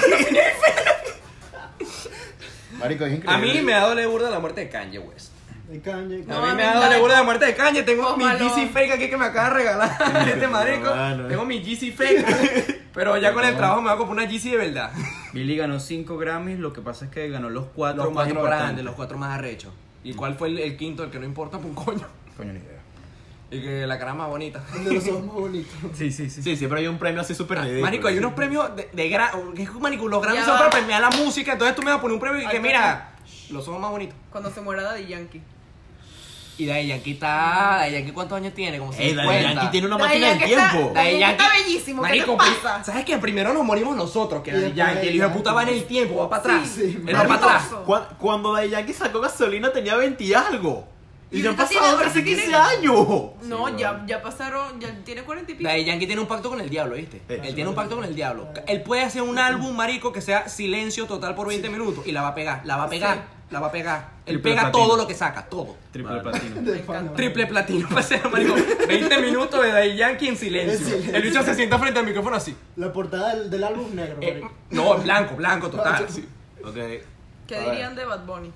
Marico, es increíble. A mí me ha dado la burda la muerte de Kanye West. de Kanye, No, a a mí mí me ha dado la- la burda la muerte de Kanye. Tengo mi Ojalá. GC fake aquí que me acaba de regalar este marico. Mano. Tengo mi GC fake. Pero ya con el trabajo me voy a comprar una GC de verdad. Billy ganó cinco Grammys, lo que pasa es que ganó los cuatro Los más cuatro importantes. grandes, los cuatro más arrechos. ¿Y cuál fue el, el quinto? El que no importa, pues un coño. Coño, ni idea. Y que la cara más bonita. donde los ojos más bonitos. Sí, sí, sí. Sí, siempre hay un premio así súper ridículo. Ah, Marico, hay unos premios de, de gra- que es que, Marico, los Grammys Ya son va. para premiar la música. Entonces tú me vas a poner un premio y Ay, que no, mira, los ojos más bonitos. Cuando se muera Daddy Yankee. Y Daddy Yankee está. Daddy Yankee, ¿cuántos años tiene? Como Ey, 50. Eh, Daddy Yankee tiene una Daddy máquina del Yankee está- tiempo. Daddy Daddy Yankee Yankee está bellísimo, ¿qué Marico, te pasa? pri- ¿sabes qué? Primero nos morimos nosotros, que Y Daddy después Yankee. El hijo de Daddy puta va en el Yankee. tiempo, va para atrás. Sí, sí, Él va para marico. atrás. Cu- cuando Daddy Yankee sacó gasolina tenía 20 y algo. Y, Y ya han ahorita pasado tiene- casi 15 tiene- años. No, ya, ya pasaron, ya tiene 40 y pico. Daddy Yankee tiene un pacto con el diablo, ¿viste? Eh, él tiene un pacto con el diablo. Él puede hacer un álbum, marico, que sea silencio total por 20 minutos y la va a pegar, la va a pegar, la va a pegar. Él Triple pega platino. todo lo que saca, todo. Triple Vale. platino. De fan, huevón. Triple platino para ser, marico. 20 minutos de Daddy Yankee en En silencio. silencio. El bicho se sienta frente al micrófono así. La portada del, del álbum negro, Eh, marico. no, blanco, blanco total. así. Ok. ¿Qué dirían de Bad Bunny?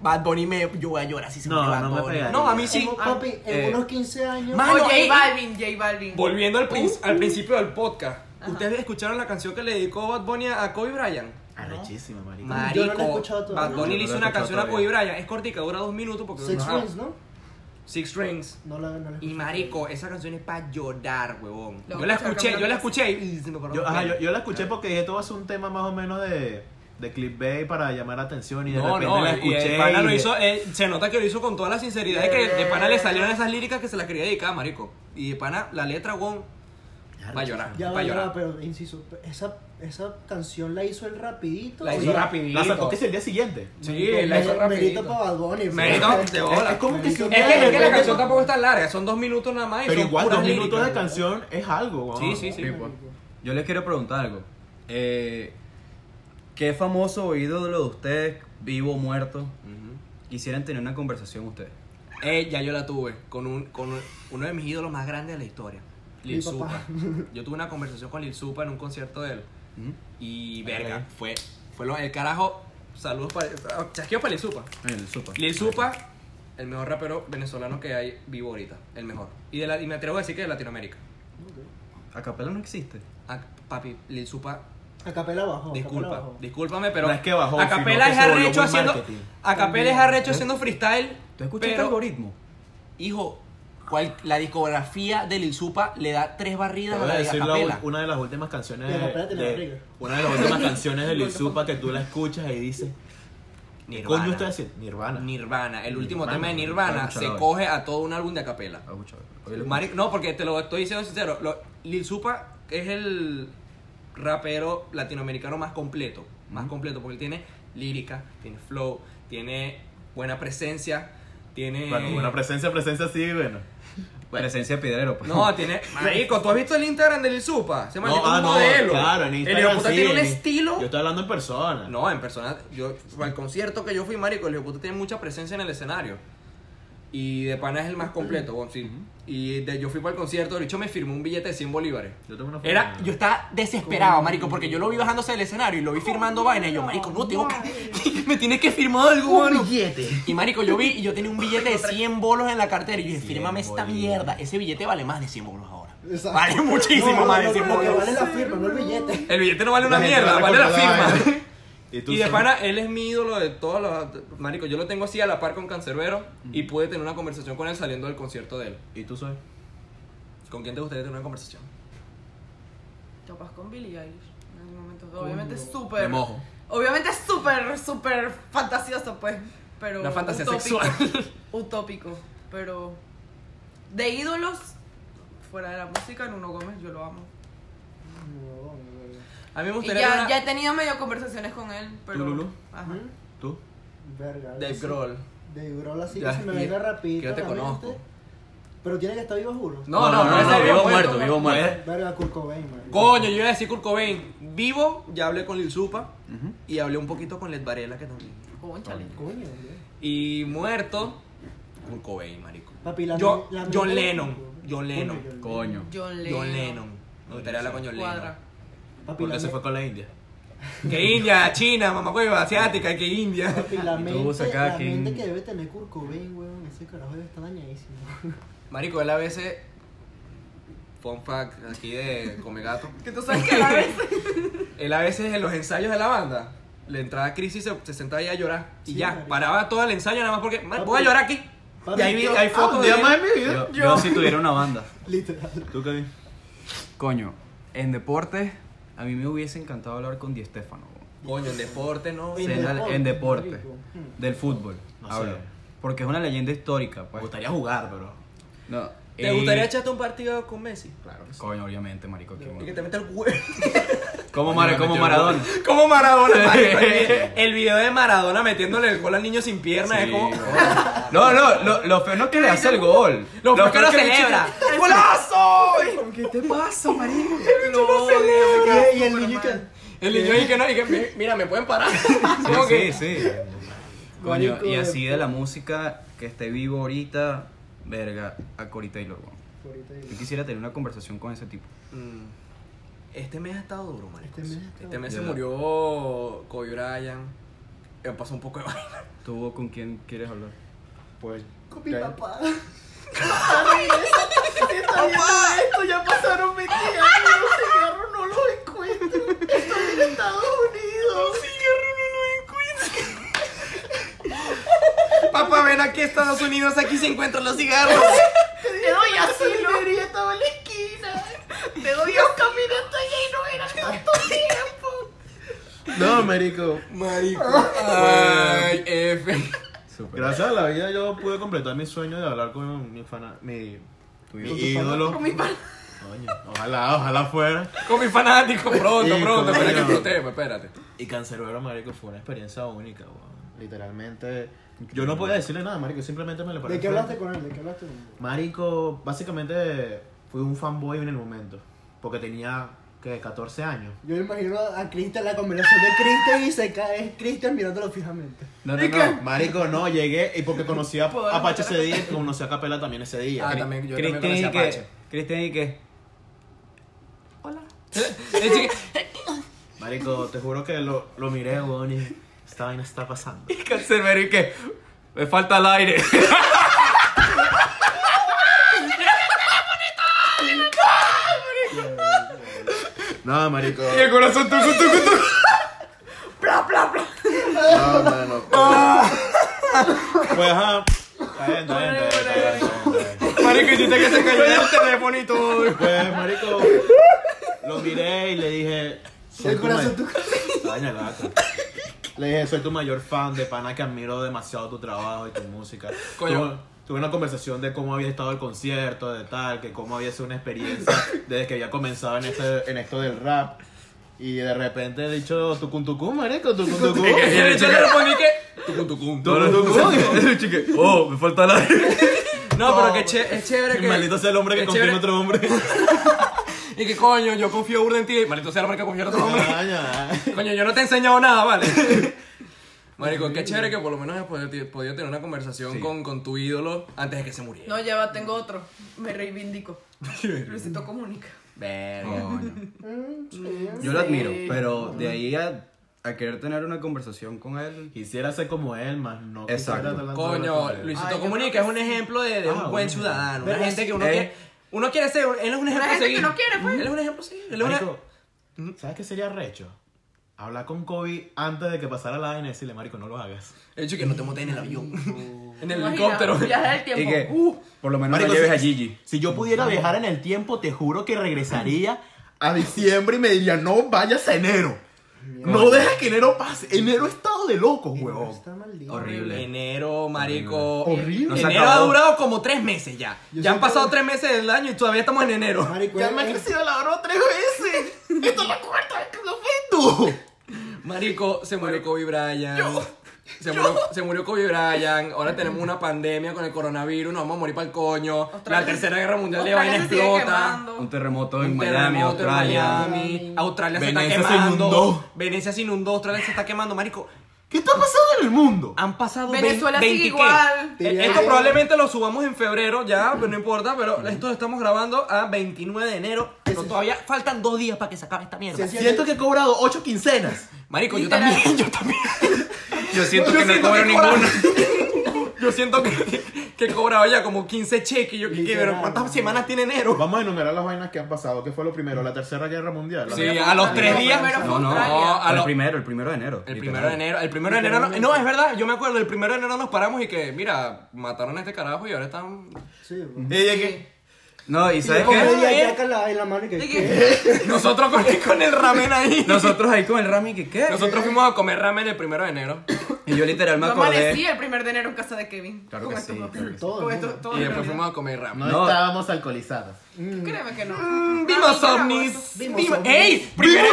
Bad Bunny me. Yo voy a llorar si se No, muere Bad no me Bunny. pegaría. No, a mí sí. Ah, Como, Papi, en eh, unos 15 años. Mano, o J eh, Balvin, J Balvin. Volviendo al, prin- al principio del podcast. ¿Ustedes escucharon la canción que le dedicó Bad Bunny a a Kobe Bryant? Arrechísima, marico. Yo no la he escuchado todavía. Bad Bunny Yo no la le he hizo una escuchado canción a Kobe todavía. Bryant. Es cortica, dura dos minutos porque... Six ajá. Rings, ¿no? Six Strings. No la, no la Y marico, esa canción es para llorar, huevón. Lo Yo la escuché escuché, yo la caminando. escuché y se me paró Yo, los ajá, yo, pelos. yo la escuché porque dije, esto va a ser un tema más o menos de, de clickbait para llamar la atención y de No, repente no, la y escuché. el pana lo y dije, hizo, eh, se nota que lo hizo con toda la sinceridad de que de pana le salieron esas líricas que se las quería dedicar, marico. Y de pana, la letra, huevón, para llorar, Ya para va, ya va, llorar. pero inciso. Esa, esa canción la hizo el rapidito. La O hizo sea, rapidito. La sacó que es el día siguiente. Sí, me- la hizo me- rapidito. Merito para Bad Bunny. pues. Merito, de bola. Es- es como que si Merito. Es que, es que la Merito. canción tampoco es tan larga, son dos minutos nada más y Pero son igual, puras dos minutos líricas. de canción es algo, weón. Sí, sí, sí. Tipo, Yo les quiero preguntar algo. Eh, ¿Qué famoso oído de lo de ustedes, vivo o muerto, quisieran tener una conversación ustedes? Eh, ya yo la tuve con, un, con un- uno de mis ídolos más grandes de la historia, Mi Lil papá. Supa. Yo tuve una conversación con Lil Supa en un concierto de él. Ujú. Y verga, fue, fue lo- el carajo. Saludos para. Chasqueo para Lil Supa. El supa. Lil Supa, el mejor rapero venezolano que hay vivo ahorita. El mejor. Y, de la- y me atrevo a decir que de Latinoamérica. Acapela no existe. Ah, papi, Lil Supa Acapela abajo. Disculpa, discúlpame, pero. No es que bajó, Acapela sino es que se volvió arrecho muy haciendo. marketing. Acapela es También. arrecho haciendo freestyle. ¿Tú escuchas el pero, algoritmo? Hijo, cual- la discografía de Lil Supa le da tres Te barridas a voy a la de decir la Acapela. u- una de las últimas canciones Pero espérate, la barriga. de, una de las últimas canciones de Lil Supa que tú la escuchas y dices, ¿qué Nirvana. coño estoy haciendo? Nirvana. Nirvana, el último Nirvana. tema de Nirvana Escúchalo se hoy. coge a todo un álbum de Acapela. Ah, escucha, oye, lo- Mari- no, porque te lo estoy diciendo sincero. lo- Lil Supa es el rapero latinoamericano más completo. Más completo, porque él tiene lírica, tiene flow, tiene buena presencia, tiene. Bueno, buena presencia, presencia sí, bueno. Este Presencia de piedrero. pues. No, tiene. Marico, ¿tú has visto el Instagram de Lil Supa? Se llama No, un ah, no, modelo. claro, en El Instagram hijo de puta sí, tiene un en- estilo. Yo estoy hablando en persona. No, en persona, yo, al concierto que yo fui, marico, el hijo de puta tiene mucha presencia en el escenario. Y de pana es el más completo, bueno, sí. Y de- yo fui para el concierto, de hecho me firmó un billete de 100 bolívares. Yo tengo una foto. Era, yo estaba desesperado, marico, porque yo lo vi bajándose del escenario y lo vi firmando vaina y yo, marico, no tengo que, me tienes que firmar algo, mano. billete. Y marico, yo vi y yo tenía un billete de 100 bolos en la cartera y yo dije, 100 fírmame esta bolívares. mierda, ese billete vale más de 100 bolos ahora. Exacto. Vale muchísimo No, más no, de 100 no, pero que bolos. Vale la firma, no el billete. El billete no vale una mierda, vale la firma. Y de pana, él es mi ídolo de todos los... Marico, yo lo tengo así a la par con Cancerbero y pude tener una conversación con él saliendo del concierto de él. ¿Y tú soy? ¿Con quién te gustaría tener una conversación? Capaz con Billie Eilish. En algún momento. Obviamente es súper. Me mojo. Obviamente es súper, súper fantasioso, pues. Pero Una fantasía utópico, sexual. utópico. Pero de ídolos, fuera de la música, Nuno Gómez, yo lo amo. No, no, no. A mí me Y gustaría ya, una- ya he tenido medio conversaciones con él, pero. ¿Tú, Lulu? Ajá. ¿Mm? ¿Tú? Verga. algo Dave así. Grohl. Dave Grohl así Ya, que se me y- venga rapidito. que yo te a la mente. conozco. Pero tiene que estar vivo, juro. No, no, no, no, no, vivo no, muerto, no. vivo muerto. Verga, Kurt Cobain, man. Pues, Coño, yo iba a decir Kurt Cobain. Vivo, ya hablé con Lil Supa y hablé un poquito con Led Varela que también. Cónchale. Coño, güey. Y muerto, Kurt Cobain, marico. Papi, la- Yo- la- John la- Lennon, Coño, John Lennon. Coño. John Lennon. John Lennon. Me gustaría hablar con John Lennon. Cuadra. Papi, Porque la, se fue me- con la India. Que India, China, mamacueva, asiática, que India. papi, la Y tú mente, sacas la que- mente que debe tener Kurt Cobain, weón. Ese carajo debe estar dañadísimo. Marico, él a veces. Fun fact aquí de Come Gato. Que tú sabes que a veces. Él a veces en los ensayos de la banda, le entraba a crisis, se, se sentaba ahí a llorar. Y Sí, ya, marico. paraba todo el ensayo nada más porque. "Man, Voy a Papi. llorar aquí. Papi, y ahí vi- yo- hay Ah, fotos un de día él. más de mi vida. Yo, yo si tuviera una banda. Literal. ¿Tú, Kevin? Coño, en deportes, a mí me hubiese encantado hablar con Di Stefano. Coño, en deporte, no. Sí. En En, deporte, en deporte, marico. Hmm. del fútbol. No sé. hablo. Porque es una leyenda histórica, Me pues. gustaría jugar, pero. No, ¿Te y- gustaría echarte un partido con Messi? Claro. Coño, obviamente, marico. qué Y bueno. que te meta el huevo. Como, Mara- Yo me como metí Maradona. como Maradona. marico. el video de Maradona metiéndole el gol al niño sin piernas es Sí, como. No, no, lo, lo feo no es que le hace el gol. Lo fue que lo es el bicho- celebra. ¡Golazo! ¿Qué te pasa, marico? El bicho no celebra. Y, y el niño que. El niño dice que no, y que "Mi- mira, me pueden parar. Sí, Como que- sí, sí. Coño, Marico, y de- así de la música que esté vivo ahorita, verga, a Corey Taylor. weón. Ahorita digo. Yo quisiera tener una conversación con ese tipo. Mm, Este mes ha estado duro, marico. Este mes ha estado Este mes se duro. murió Kobe Bryant. eh, pasó un poco de vaina. ¿Tú con quién quieres hablar? Pues. Con mi ya- papá. Estoy viendo esto, ya pasaron 20 años, los cigarros no los encuentro. Estoy en Estados Unidos. Papá, ven aquí a Estados Unidos, aquí se encuentran los cigarros. Te doy asilo. La librería estaba en la esquina. Te doy asilo. caminé hasta allá y no era tanto tiempo. No, Marico. Marico. Ay, F. Súper. Gracias a la vida yo pude completar mi sueño de hablar con mi fan. Mi, mi ídolo. ídolo. Con mi pan. Coño, ojalá, ojalá fuera. Con mi fanático, pronto, Sí, pronto. Espera que este coño. es un tema, espérate. Y Cancerbero, marico, fue una experiencia única, weón. Literalmente, yo no podía decirle nada, marico, simplemente me le paré ¿De qué enfrente. hablaste con él? ¿De qué hablaste con él? Marico, básicamente fui un fanboy en el momento, porque tenía, ¿qué? 14 años. Yo me imagino a Cristian, la combinación de Cristian y se cae Cristian mirándolo fijamente. No, no, no. Marico, no, llegué, y porque conocí a, a Pache ese día, y conocí a Capela también ese día. Ah, también, yo también Cristian conocí y a que. Pache. Cristian y que. El chiqui- Marico, te juro que lo, lo miré, weón, y dije, esta vaina está pasando. Y Cancerbero y que. Me falta el aire. No, marico, Y el corazón tucu, tucu, tucu. no, mano. Pues, ajá, está bien, está bien, está bien, está bien, está bien, está bien. Marico, hiciste que se cayó el teléfono y todo. Pues, marico, lo miré y le dije... soy El tu corazón ma- tu Daña la vaca. Le dije, soy tu mayor fan de pana que admiro demasiado tu trabajo y tu música. Coño. Tuve, tuve una conversación de cómo había estado el concierto, de tal, que cómo había sido una experiencia desde que había comenzado en, este, en esto del rap. Y de repente he dicho, tucun tucun, marico, tucun tucun. Y el chiqui le pone que. Tucu, tucu. Tucun, tucun. Y que, Oh, me falta el aire. No, pero que che- es chévere que. Maldito sea el hombre que es confía en chévere- otro hombre. Y que coño, yo confío burda en ti. Maldito sea el hombre que confía en otro hombre. Daña. Coño, yo no te he enseñado nada, ¿vale? Marico, qué chévere que por lo menos has podido, podido tener una conversación con, con tu ídolo antes de que se muriera. No, ya va, tengo otro. Me reivindico. Luisito comunica. Verga. Yo lo admiro, Sí. pero de ahí a, a querer tener una conversación con él. Quisiera ser como él, más no. Exacto. quisiera hablar como Coño, él. Luisito Ay, yo Comunica es un ejemplo de, de Ah, un buen bueno. ciudadano. Una Verga, gente que sí, uno eh. quiere. Uno quiere ser, él es un ejemplo a gente que seguir. no quiere, pues. Él es un ejemplo, sí. Él es una- Marico, ¿sabes qué sería recho? Hablar con Kobe antes de que pasara la vaina y decirle, Marico, no lo hagas. El hecho que no te montes en el avión. en el Imagina, helicóptero. Viaje del tiempo. Y que, Uh, por lo menos Marico, no lleves si- a Gigi. Si yo pudiera viajar en el tiempo, te juro que regresaría a diciembre y me diría, no vayas a enero. No dejes que enero pase. Enero he estado de loco, huevón. Está maldito. Horrible. Enero, marico. Horrible. Nos Enero ha acabó. durado como tres meses ya. Yo ya han siento- pasado tres meses del año y todavía estamos en enero. Marico, eh, Ya él- me ha él- crecido la barba tres veces. Esto es la cuarta vez que lo tú. Marico, se murió Kobe Bryant. Se, Murió, se murió Kobe Bryant. Ahora tenemos una pandemia con el coronavirus. Nos vamos a morir para el coño. Australia- la tercera guerra mundial de vaina Australia se sigue explota. quemando. Un terremoto en Un Miami, terremoto en Australia. Miami. Australia se Venecia se está quemando. inundó. Venecia se inundó. Australia se está quemando. Marico, ¿Qué está pasando en el mundo? han pasado Venezuela vein- sigue 20 qué. igual. Eh, Esto probablemente lo subamos en febrero ya, pero no importa, pero esto lo estamos grabando a 29 de enero, pero todavía faltan dos días para que se acabe esta mierda. Sí, sí. Siento que he cobrado ocho quincenas. Marico, yo Literal. también, yo también. Yo siento Yo que no siento cobro que cobra- ninguna. Yo siento que, que he cobrado ya como 15 cheques. Yo que, que, pero ¿cuántas semanas tiene enero? Vamos a enumerar las vainas que han pasado. ¿Qué fue lo primero? La tercera guerra mundial. La Sí, primera- a los tres días. Primero fue No, no, Australia. a el lo- primero, el primero de enero. Ah, El literal. primero de enero, el primero de enero, no, no, es verdad, yo me acuerdo, el primero de enero nos paramos y que, mira, mataron a este carajo y ahora están... Sí, bro. Y ella que- No, y ¿sabes Yo le di qué? a Jack en la- en la mano y que, ¿De ¿qué? Nosotros con, con el ramen ahí. Nosotros ahí con el Rami, que qué? Nosotros fuimos a comer ramen el primero de enero. Y yo literal me Yo acordé. amanecí el primer de enero en casa de Kevin. Claro Con que esto- sí, claro que sí. Todo el con esto- mundo. todo Y el después mundo. fuimos a comer No ramen. No. estábamos alcoholizados. Créeme que no. Vimos Mami, ovnis. Vimos Vimos- ovnis. ¡Ey! Primer,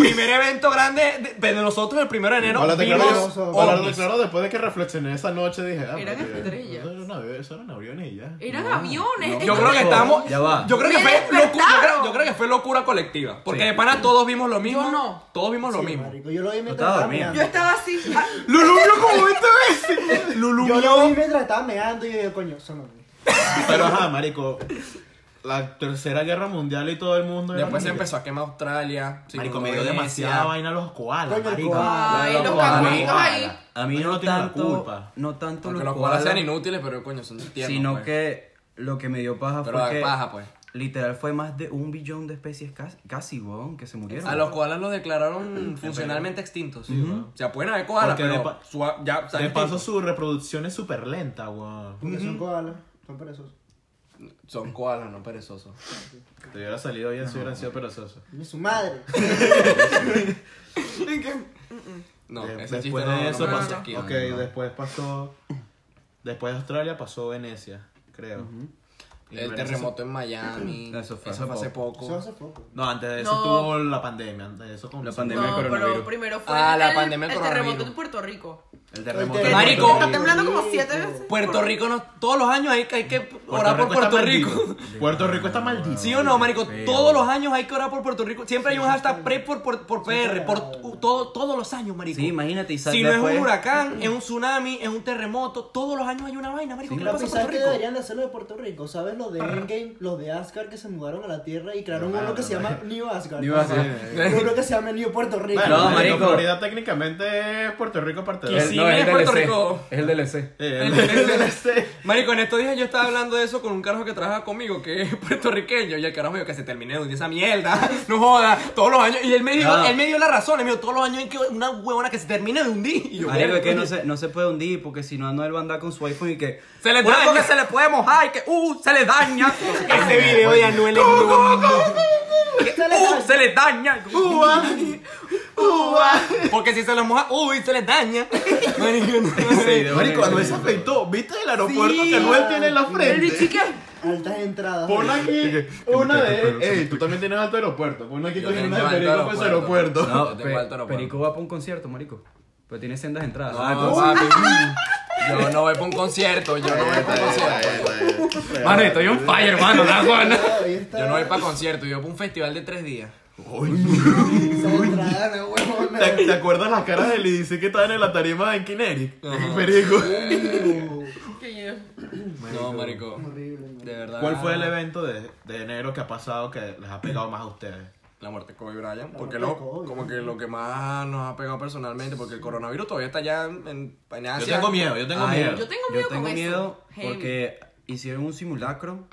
primer evento grande de, de nosotros el primero de enero. Ahora vimos declaro, yo. ahora ovnis. declaro después de que reflexioné esa noche, dije, ah, Eran porque estrellas. Eh. Eso eran aviones, eso eran aviones y ya. Eran aviones. Yo creo que Ya estamos. va. Yo creo que Me fue locura. Yo creo, despertaron. yo creo que fue locura colectiva. Porque Sí. de pana todos vimos lo mismo. Yo no. Todos vimos lo Sí, mismo. marico, yo lo vi mientras estaba estaba dormido. meando. Yo estaba así. ah, Lulú vio como 20 veces. Lulú Yo lo vi vio. mientras estaba meando y yo, coño, son los Pero ajá, marico. la tercera guerra mundial y todo el mundo. era Después se marico. empezó a quemar Australia. Marico, sí, me dio Indonesia. demasiada vaina los koalas. Coño, el marico. koala. Ay, Los los koalas. canguritos ahí. A mí Ellos no, no tienen la tanto, culpa. no tanto los Aunque los koalas sean koalas, inútiles, pero coño, son tiernos. sino pues. que lo que me dio paja Pero fue de que paja, pues. literal fue más de un billón de especies casi, casi weón, que se murieron. A los koalas los declararon funcionalmente extintos. O sea, pueden haber koalas, Porque de pero pa- sua- ya o sea, De paso, extintos. su reproducción es súper lenta, weón. Porque son koalas, son perezosos. son koalas, no perezosos. Te hubiera salido bien si hubieran sido perezosos. Y su madre. No, De- ese chiste Eh, después no, de no eso me lo pasó. chasqueo, ok, no. después pasó. Después de Australia pasó Venecia, creo. Y El Venecia- terremoto en Miami. Eso fue hace hace poco. Eso hace poco. No, antes de eso No. tuvo la pandemia. Antes de eso como La que- pandemia. del No, pero coronavirus. primero fue Ah, la el, pandemia del el terremoto coronavirus. de Puerto Rico. El terremoto. El Marico. terremoto. Está temblando como siete veces. Puerto Rico, no, todos los años hay, que- hay que orar por está Puerto Rico. maldito. Puerto Rico está maldito. ¿Sí o no, marico? Sí, todos bro. los años hay que orar por Puerto Rico. Siempre hay un hashtag pre por, por, por PR. Por, cagado, tu- todo, todos los años, marico. Sí, imagínate, y sal Si no es un después- huracán, es un tsunami, es un terremoto. Todos los años hay una vaina, marico. ¿Qué le Claro, pasa a pues, ¿sabes Puerto qué Rico? deberían de hacerlo de Puerto Rico? ¿Sabes los de Endgame, los de Asgard que se mudaron a la Tierra y crearon uno que se llama New Asgard? New Asgard. Ajá. Uno que se llama New Puerto Rico. Bueno, No, marico, marico. Florida técnicamente es Puerto Rico parte de. Sí, no, es Puerto Rico. Es el DLC. Eh, El- este- Marico, en estos días yo estaba hablando de eso con un carajo que trabaja conmigo, que es puertorriqueño, y el carajo me dijo que se termine de esa mierda, no joda, todos los años, y él me dijo, Ah. él me dio la razón, él me dijo, todos los años hay que una huevona que se termine de hundir, y yo, Marico, "Verga, es que no coño". se, no se puede hundir porque si no, Anuel va a andar con su iPhone y que. se le Una daña, cosa que se le puede mojar y que, uh, se le daña. ese video de Anuel es Se les Uh, daña. se le daña. Uva. Porque si se lo moja, uy, se le daña. Marico, no. Marico, Anuel se afeitó. ¿Viste el aeropuerto que Anuel tiene en la El frente? bichique. Altas entradas. Pon aquí una de. Ey, tú también tienes alto aeropuerto. Pon aquí Yo también tengo una de alto Perico para ese aeropuerto. aeropuerto. No, Te pe- falta lo bueno. Perico va para un concierto, marico. Pero tiene sendas entradas. Ah, No, papi. Yo no voy para un concierto, yo no voy para un concierto. Eh, Mano, estoy on fire, mano, la guana. Ahí está. Yo no voy para concierto, yo voy para un festival de tres días. Esa entrada, no, huevona. ¿Te, te acuerdas las caras de Lizy que estaban en la tarima de Kineric? Perico. No, marico. Horrible, man. De verdad. ¿Cuál fue el evento de, de enero que ha pasado que les ha pegado más a ustedes? La muerte de Kobe Bryant, porque muerte lo, de Kobe. como que lo que más nos ha pegado personalmente, porque el coronavirus todavía está allá en, en Yo Asia. tengo miedo, yo tengo Ay, miedo. Yo tengo miedo Yo tengo con eso. miedo Heavy. porque hicieron un simulacro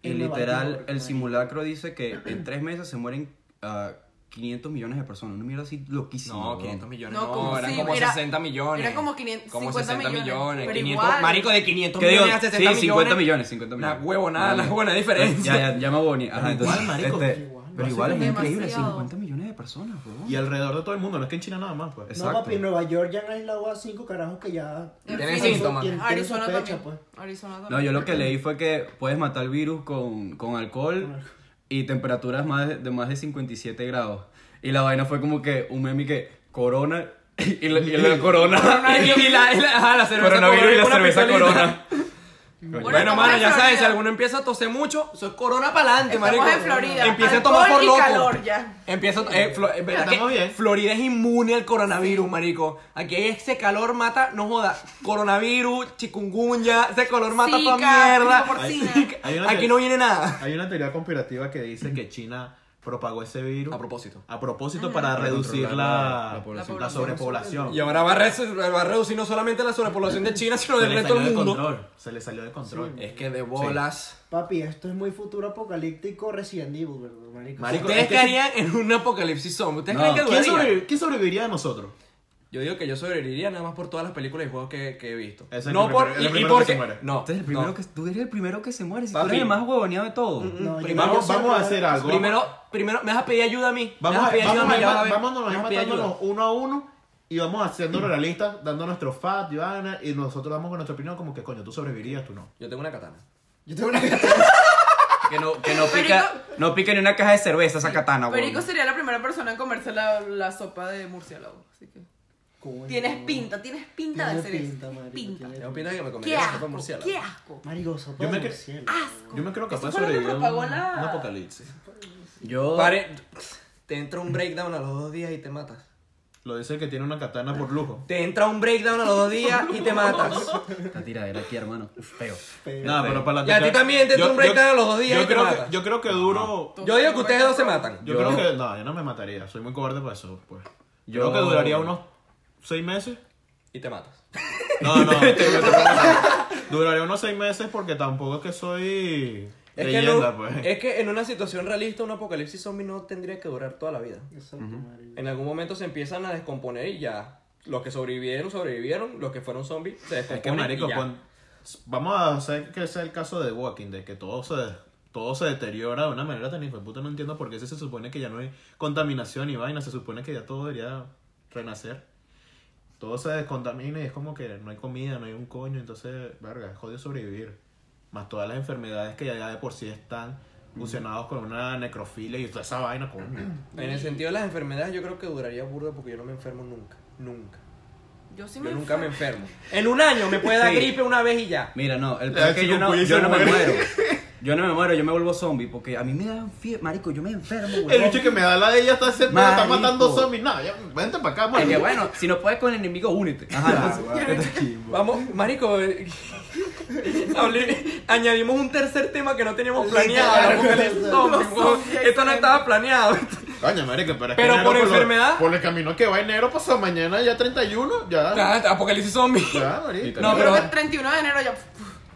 y En Nueva literal York, el marico. simulacro dice que en tres meses se mueren ah, 500 millones de personas. Una mierda así loquísimo. No, weón. 500 millones. No, No, como eran sí, como era- 60 millones. era como 500, Como 50 60 millones. millones, pero 500, igual. Marico, de 500 ¿Qué digo? millones a 60 sí, 50 millones. millones, 50 La millones. huevonada, la huevona diferencia. Ya, ya, ya me aboní. Ajá, entonces, igual, marico, este, igual, pero no igual sé, es demasiado. increíble, 50 millones de personas, weón. Y alrededor de todo el mundo, no es que en China nada más, pues. No, papi, en Nueva York ya han aislado a cinco carajos que ya. Tienen Sí. síntomas. Tienen- tienen Arizona sospecha, también. pues. Arizona No, también. yo lo que leí fue que puedes matar el virus con, con alcohol y temperaturas más de, de más de 57 grados. Y la vaina fue como que un meme que corona y la, y la corona. Y, y la, y la, ajá, la cerveza Coronavirus y la Corona, una cerveza pistolita. corona. Bueno, estamos mano, en ya sabes, Florida. si alguno empieza a toser mucho, eso es corona para adelante, Estamos marico. en Florida. Empieza a tomar por Alcohol y loco. calor ya. Empieza a to- eh, Flo- eh, ¿verdad Estamos que bien. Florida es inmune al coronavirus, marico. Aquí hay ese calor mata, no joda. Coronavirus, chikungunya, ese calor mata toda Zika, mierda. tipo porcina. Zika. Hay una Aquí que- no viene nada. Hay una teoría conspirativa que dice que China propagó ese virus A propósito. a propósito para reducir controlar la- la, la población. la sobrepoblación. Y ahora va a, re- va a reducir no solamente la sobrepoblación de China, sino Se del le resto salió del de mundo. control. Se le salió de control. Es que de bolas. Papi, esto es muy futuro apocalíptico Resident Evil, bro, marico. Marico, ¿Ustedes es qué que- harían en un apocalipsis zombie? ¿Ustedes No. creen que ¿Quién, duraría? sobrevi- quién sobreviviría de nosotros? Yo digo que yo sobreviviría nada más por todas las películas y juegos que, que he visto. Ese es el no primero- por el y- y, primero que porque se muere. no. Entonces, Este el primero no. que, tú eres el primero que se muere. Si tú Papi. eres el más huevoneado de todo. No, yo- primero- mm, Vamos, yo soy vamos a el hacer primero. algo. Primero, primero me vas a pedir ayuda a mí. Vamos me vas a, a pedir vamos ayuda a a mí. ir, ya vas a va- ver. vámonos a Me ir vas a pedir matándonos ayuda. uno a uno y vamos haciendo realistas, dando nuestro fat, Joana, y nosotros damos con nuestra opinión como que coño, tú sobrevivirías, tú no. Yo tengo una katana. Yo tengo una Que no, que no pica, no pica ni una caja de cerveza esa katana, weón. Perico sería la primera persona en comerse la, la sopa de murciélago. Así que. Coño, Tienes pinta, tienes pinta de Tienes hacer eso. pinta, marico, Pinta. tienes- Yo opino que me Qué comería la sopa de asco, murciélago. qué asco. Marico, sopa Yo me de que- murciélago. Ah. Yo me creo Eso capaz fue lo que sobrevivir a un, propagó un la- apocalipsis. Yo. Pare, te entra un breakdown a los dos días y te matas. Lo dice el que tiene una katana por lujo. Te entra un breakdown a los dos días y te matas. Esta tiradera aquí, hermano. Feo. Pero- No, pero para la Y a ti también te entra Yo- un breakdown yo- a los dos días y Yo te creo matas. que, yo creo que duro. Yo digo que ustedes dos se matan. Yo, Yo- creo que. No, yo no me mataría. Soy muy cobarde para eso, pues. Yo Yo- creo que duraría unos seis meses. Y te matas. No, no. duraría unos seis meses porque tampoco es que soy. Es que, en leyenda, un- pues. es que en una situación realista un apocalipsis zombie no tendría que durar toda la vida. Exacto, marico. En algún momento se empiezan a descomponer y ya. Los que sobrevivieron, sobrevivieron. Los que fueron zombies, se Es descomponen que, marico, y ya. pon- vamos a hacer que sea el caso de Walking Dead, que todo se, todo se deteriora de una manera tan puta No entiendo por qué si se supone que ya no hay contaminación y vaina, se supone que ya todo debería renacer. Todo se descontamina y es como que no hay comida, no hay un coño, entonces, verga, es jodido sobrevivir. Más todas las enfermedades que ya, ya de por sí están fusionados con una necrofilia y toda esa vaina, coño. En el sentido de las enfermedades, yo creo que duraría burda porque yo no me enfermo nunca. Nunca. Yo sí Yo nunca me enfermo. En un año me puede dar Sí. gripe una vez y ya. Mira, no, el Le peor da es que yo no, chikungunya y yo se no me muere. muero. Yo no me muero, yo me vuelvo zombie porque a mí me dan fiebre, marico, yo me enfermo, El huevón. bicho que me da la de ella está, se- está Marico. matando zombies. No, ya, vente para acá, Es que marico. bueno, si no puedes con el enemigo, únete. Ah, Ajá, Vamos, marico. eh, hable- Añadimos un tercer tema que no teníamos planeado. Literal, ¿no? Porque el los zombie, weón, zombies Esto no extremos. estaba planeado. Coño, marico, pero es Pero enero por lo- enfermedad. por el camino que va enero, pasa mañana ya 31, ya. Nada, Apocalipsis zombie. Ya, marico. No, pero- Pero el 31 de enero ya.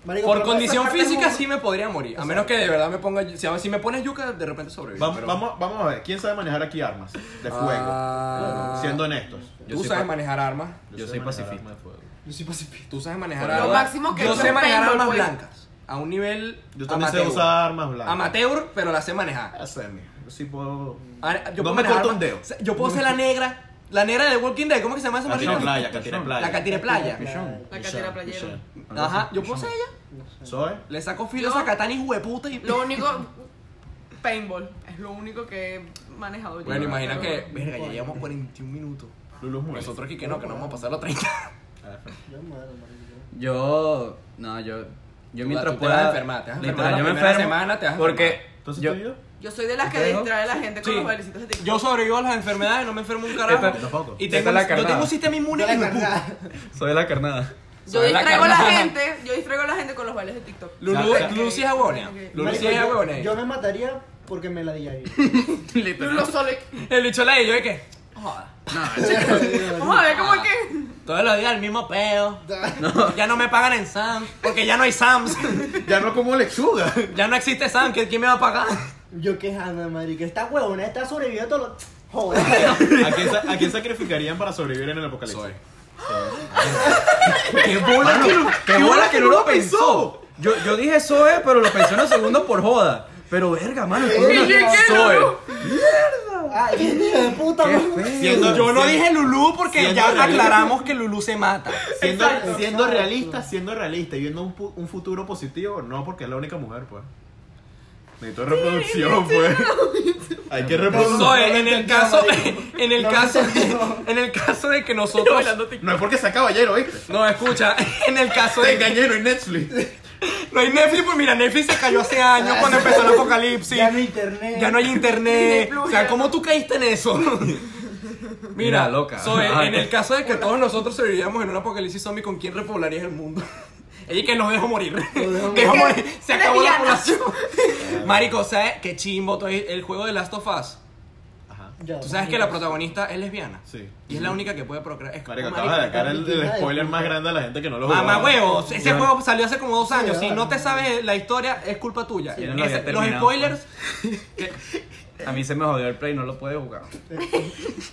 Marico, Por pero- condición pero- física sí me podría morir. A menos que de verdad me ponga. Si, si me pones yuca, de repente sobrevivo. Vamos, pero- vamos, vamos a ver, ¿quién sabe manejar aquí armas de fuego? Ah. Siendo honestos. Yo Tú soy sabes pa- manejar armas. Yo soy manejar pacifista. armas de fuego. Yo soy pacifista. Tú sabes manejar Lo armas. máximo que he Yo hecho sé es manejar paintball, armas pues. blancas. A un nivel. Yo también sé amateur. usar armas blancas. Amateur, pero la sé manejar. Ya sé, mija, Yo sí puedo. Ah, Yo No puedo me manejar corto un armas- dedo. se- Yo puedo ser la negra. La negra de Walking Dead. ¿Cómo que se llama esa Catira marrita? playa, catira playa. La catire playa. Pichón. La Yo catira sé, playera. yo sé. Ajá. Yo puedo ser ella. Soy. Le saco filo Yo- a Katani hueputa y. Lo único. Paintball. Es lo único que he manejado yo. Bueno, imagina que. Pero- Verga, ya llevamos 41 minutos. Lulus muere. Nosotros aquí que no, que no vamos a pasar los 30. Ah, Yo muero, marico. Yo, no, yo, yo Tú- mientras tú te pueda. vas a enfermar, te vas a enfermar literal, la yo me primera enfermo semana, te vas a porque enfermar. Entonces yo, tú y yo. Yo soy de las que ¿Ustedes dos? distrae a la gente con Sí. los bailecitos de TikTok. Yo sobrevivo a las enfermedades, no me enfermo un carajo. Esta- tampoco. Y Esta tengo, es la un- yo carnada. tengo un sistema inmune La hijo de carnada. puta. soy la carnada. Yo Soy la distraigo a la carnada. gente. Yo distraigo a la gente con los bailes de TikTok. Lulu, Saca- Lucy es agonea. Lulu Marico, sí es pues, yo- agonea. Yo me mataría porque me la di ahí. Lulu solo. El bicho la y yo de qué. Joda. Vamos a ver cómo es que. Todos los días el mismo peo. Ya no me pagan en Sam. Porque ya no hay Sams. Ya no como lechuga. Ya no existe Sam. ¿Quién quién me va a pagar? Yo quejando, marico. Esta huevona está sobreviviendo todo lo... Joder. ¿A quién, sa- a quién sacrificarían para sobrevivir en el apocalipsis? Soy. ¡Qué bola! que- Qué bola que no lo pensó. Yo, yo dije Zoe, pero lo pensó en el segundo por joda. Pero verga, mano, tú Y yo, ¿qué, Zoe. Lulu? Ay, qué hijo de puta, Qué marico. feo. Siendo- Yo no siendo- dije Lulú porque siendo ya realista. aclaramos que Lulú se mata. Siendo, Exacto. siendo Exacto. realista, siendo realista y viendo un, pu- un futuro positivo, no, porque es la única mujer, pues. Necesito reproducción, pues. Hay que reproducir. Zoe, en el entendía, caso, marico. en el No lo caso, entendió. en el caso de que nosotros, No es porque sea caballero, ¿viste? no escucha, en el caso Te de que engañé, no hay Netflix. No hay Netflix, pues mira, Netflix se cayó hace años cuando empezó el apocalipsis. Ya no hay internet. Ya no hay internet. Ni O sea, fluye. ¿cómo tú caíste en eso? Mira, Mira, loca. Zoe, Ajá. en el caso de que todos nosotros sobrevivíamos en un apocalipsis zombie, ¿con quién repoblarías el mundo? Ella que nos dejó morir. Dejó morir. Se Eres acabó la Diana. población. Marico, ¿sabes qué chimbo? todo El el juego de Last of Us. Ajá. Ya, Tú sabes que la protagonista es lesbiana. Sí. Y es la única que puede procrear. Es como, Marico, acabas de sacar el, el spoiler más grande a la gente que no lo jugaba. Mamá huevos, ese Yo- juego salió hace como dos años. Sí, Si no ¿verdad? te sabes la historia, es culpa tuya. yo no lo Ese- había los terminado. spoilers, A mí se me jodió el play, no lo puede jugar.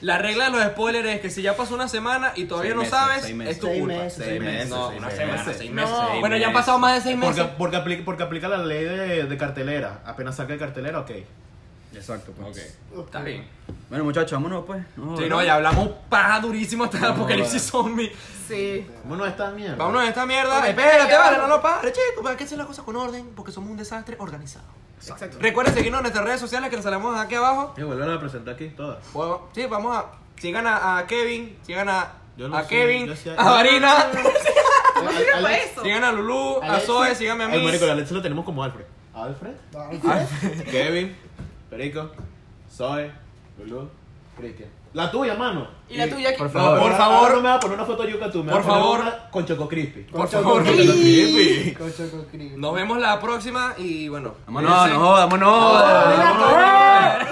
la regla de los spoilers es que si ya pasó una semana y todavía Seis no meses, sabes, seis meses. es tu Seis culpa. meses. Seis meses, No, seis una meses. semana, seis meses. No. Bueno, ya han pasado más de seis Porque, meses. porque, aplica, porque aplica la ley de, de cartelera. Apenas saca de cartelera, ok. Exacto, pues. Está bien. Bueno, muchachos, vámonos pues. No, Sí, no. no, ya hablamos paja durísimo hasta el apocalipsis zombie. Sí. Vámonos a esta mierda. Vámonos a esta mierda. Ok, Espérate, ya. vale, no lo pares, chicos. Hay que hacer las cosas con orden porque somos un desastre organizado. Exacto. Recuerden seguirnos en nuestras redes sociales que las salamos aquí abajo. Y vuelven a presentar aquí todas. Bueno, sí, vamos a. Sigan a, a Kevin, sigan a, Yo no a sé, Kevin, yo sé- a Marina, ¿Cómo sirve para Alex- eso? sigan a Lulú, a Alexis. Zoe, síganme a Ay, mí. marico, la leche lo tenemos como Alfred. ¿Alfred? Vale. Kevin, Perico, Zoe, Lulu, Cristian. La tuya, mano. Eh, Y la tuya, por que- favor. Por favor, no me vas a poner una foto de yuca tú, me vas Por a poner favor. una con Choco Crispy. Por favor, no te lo pides. Con Choco Crispy. Nos vemos la próxima y bueno. Vámonos, no jodas, vámonos. cuídense.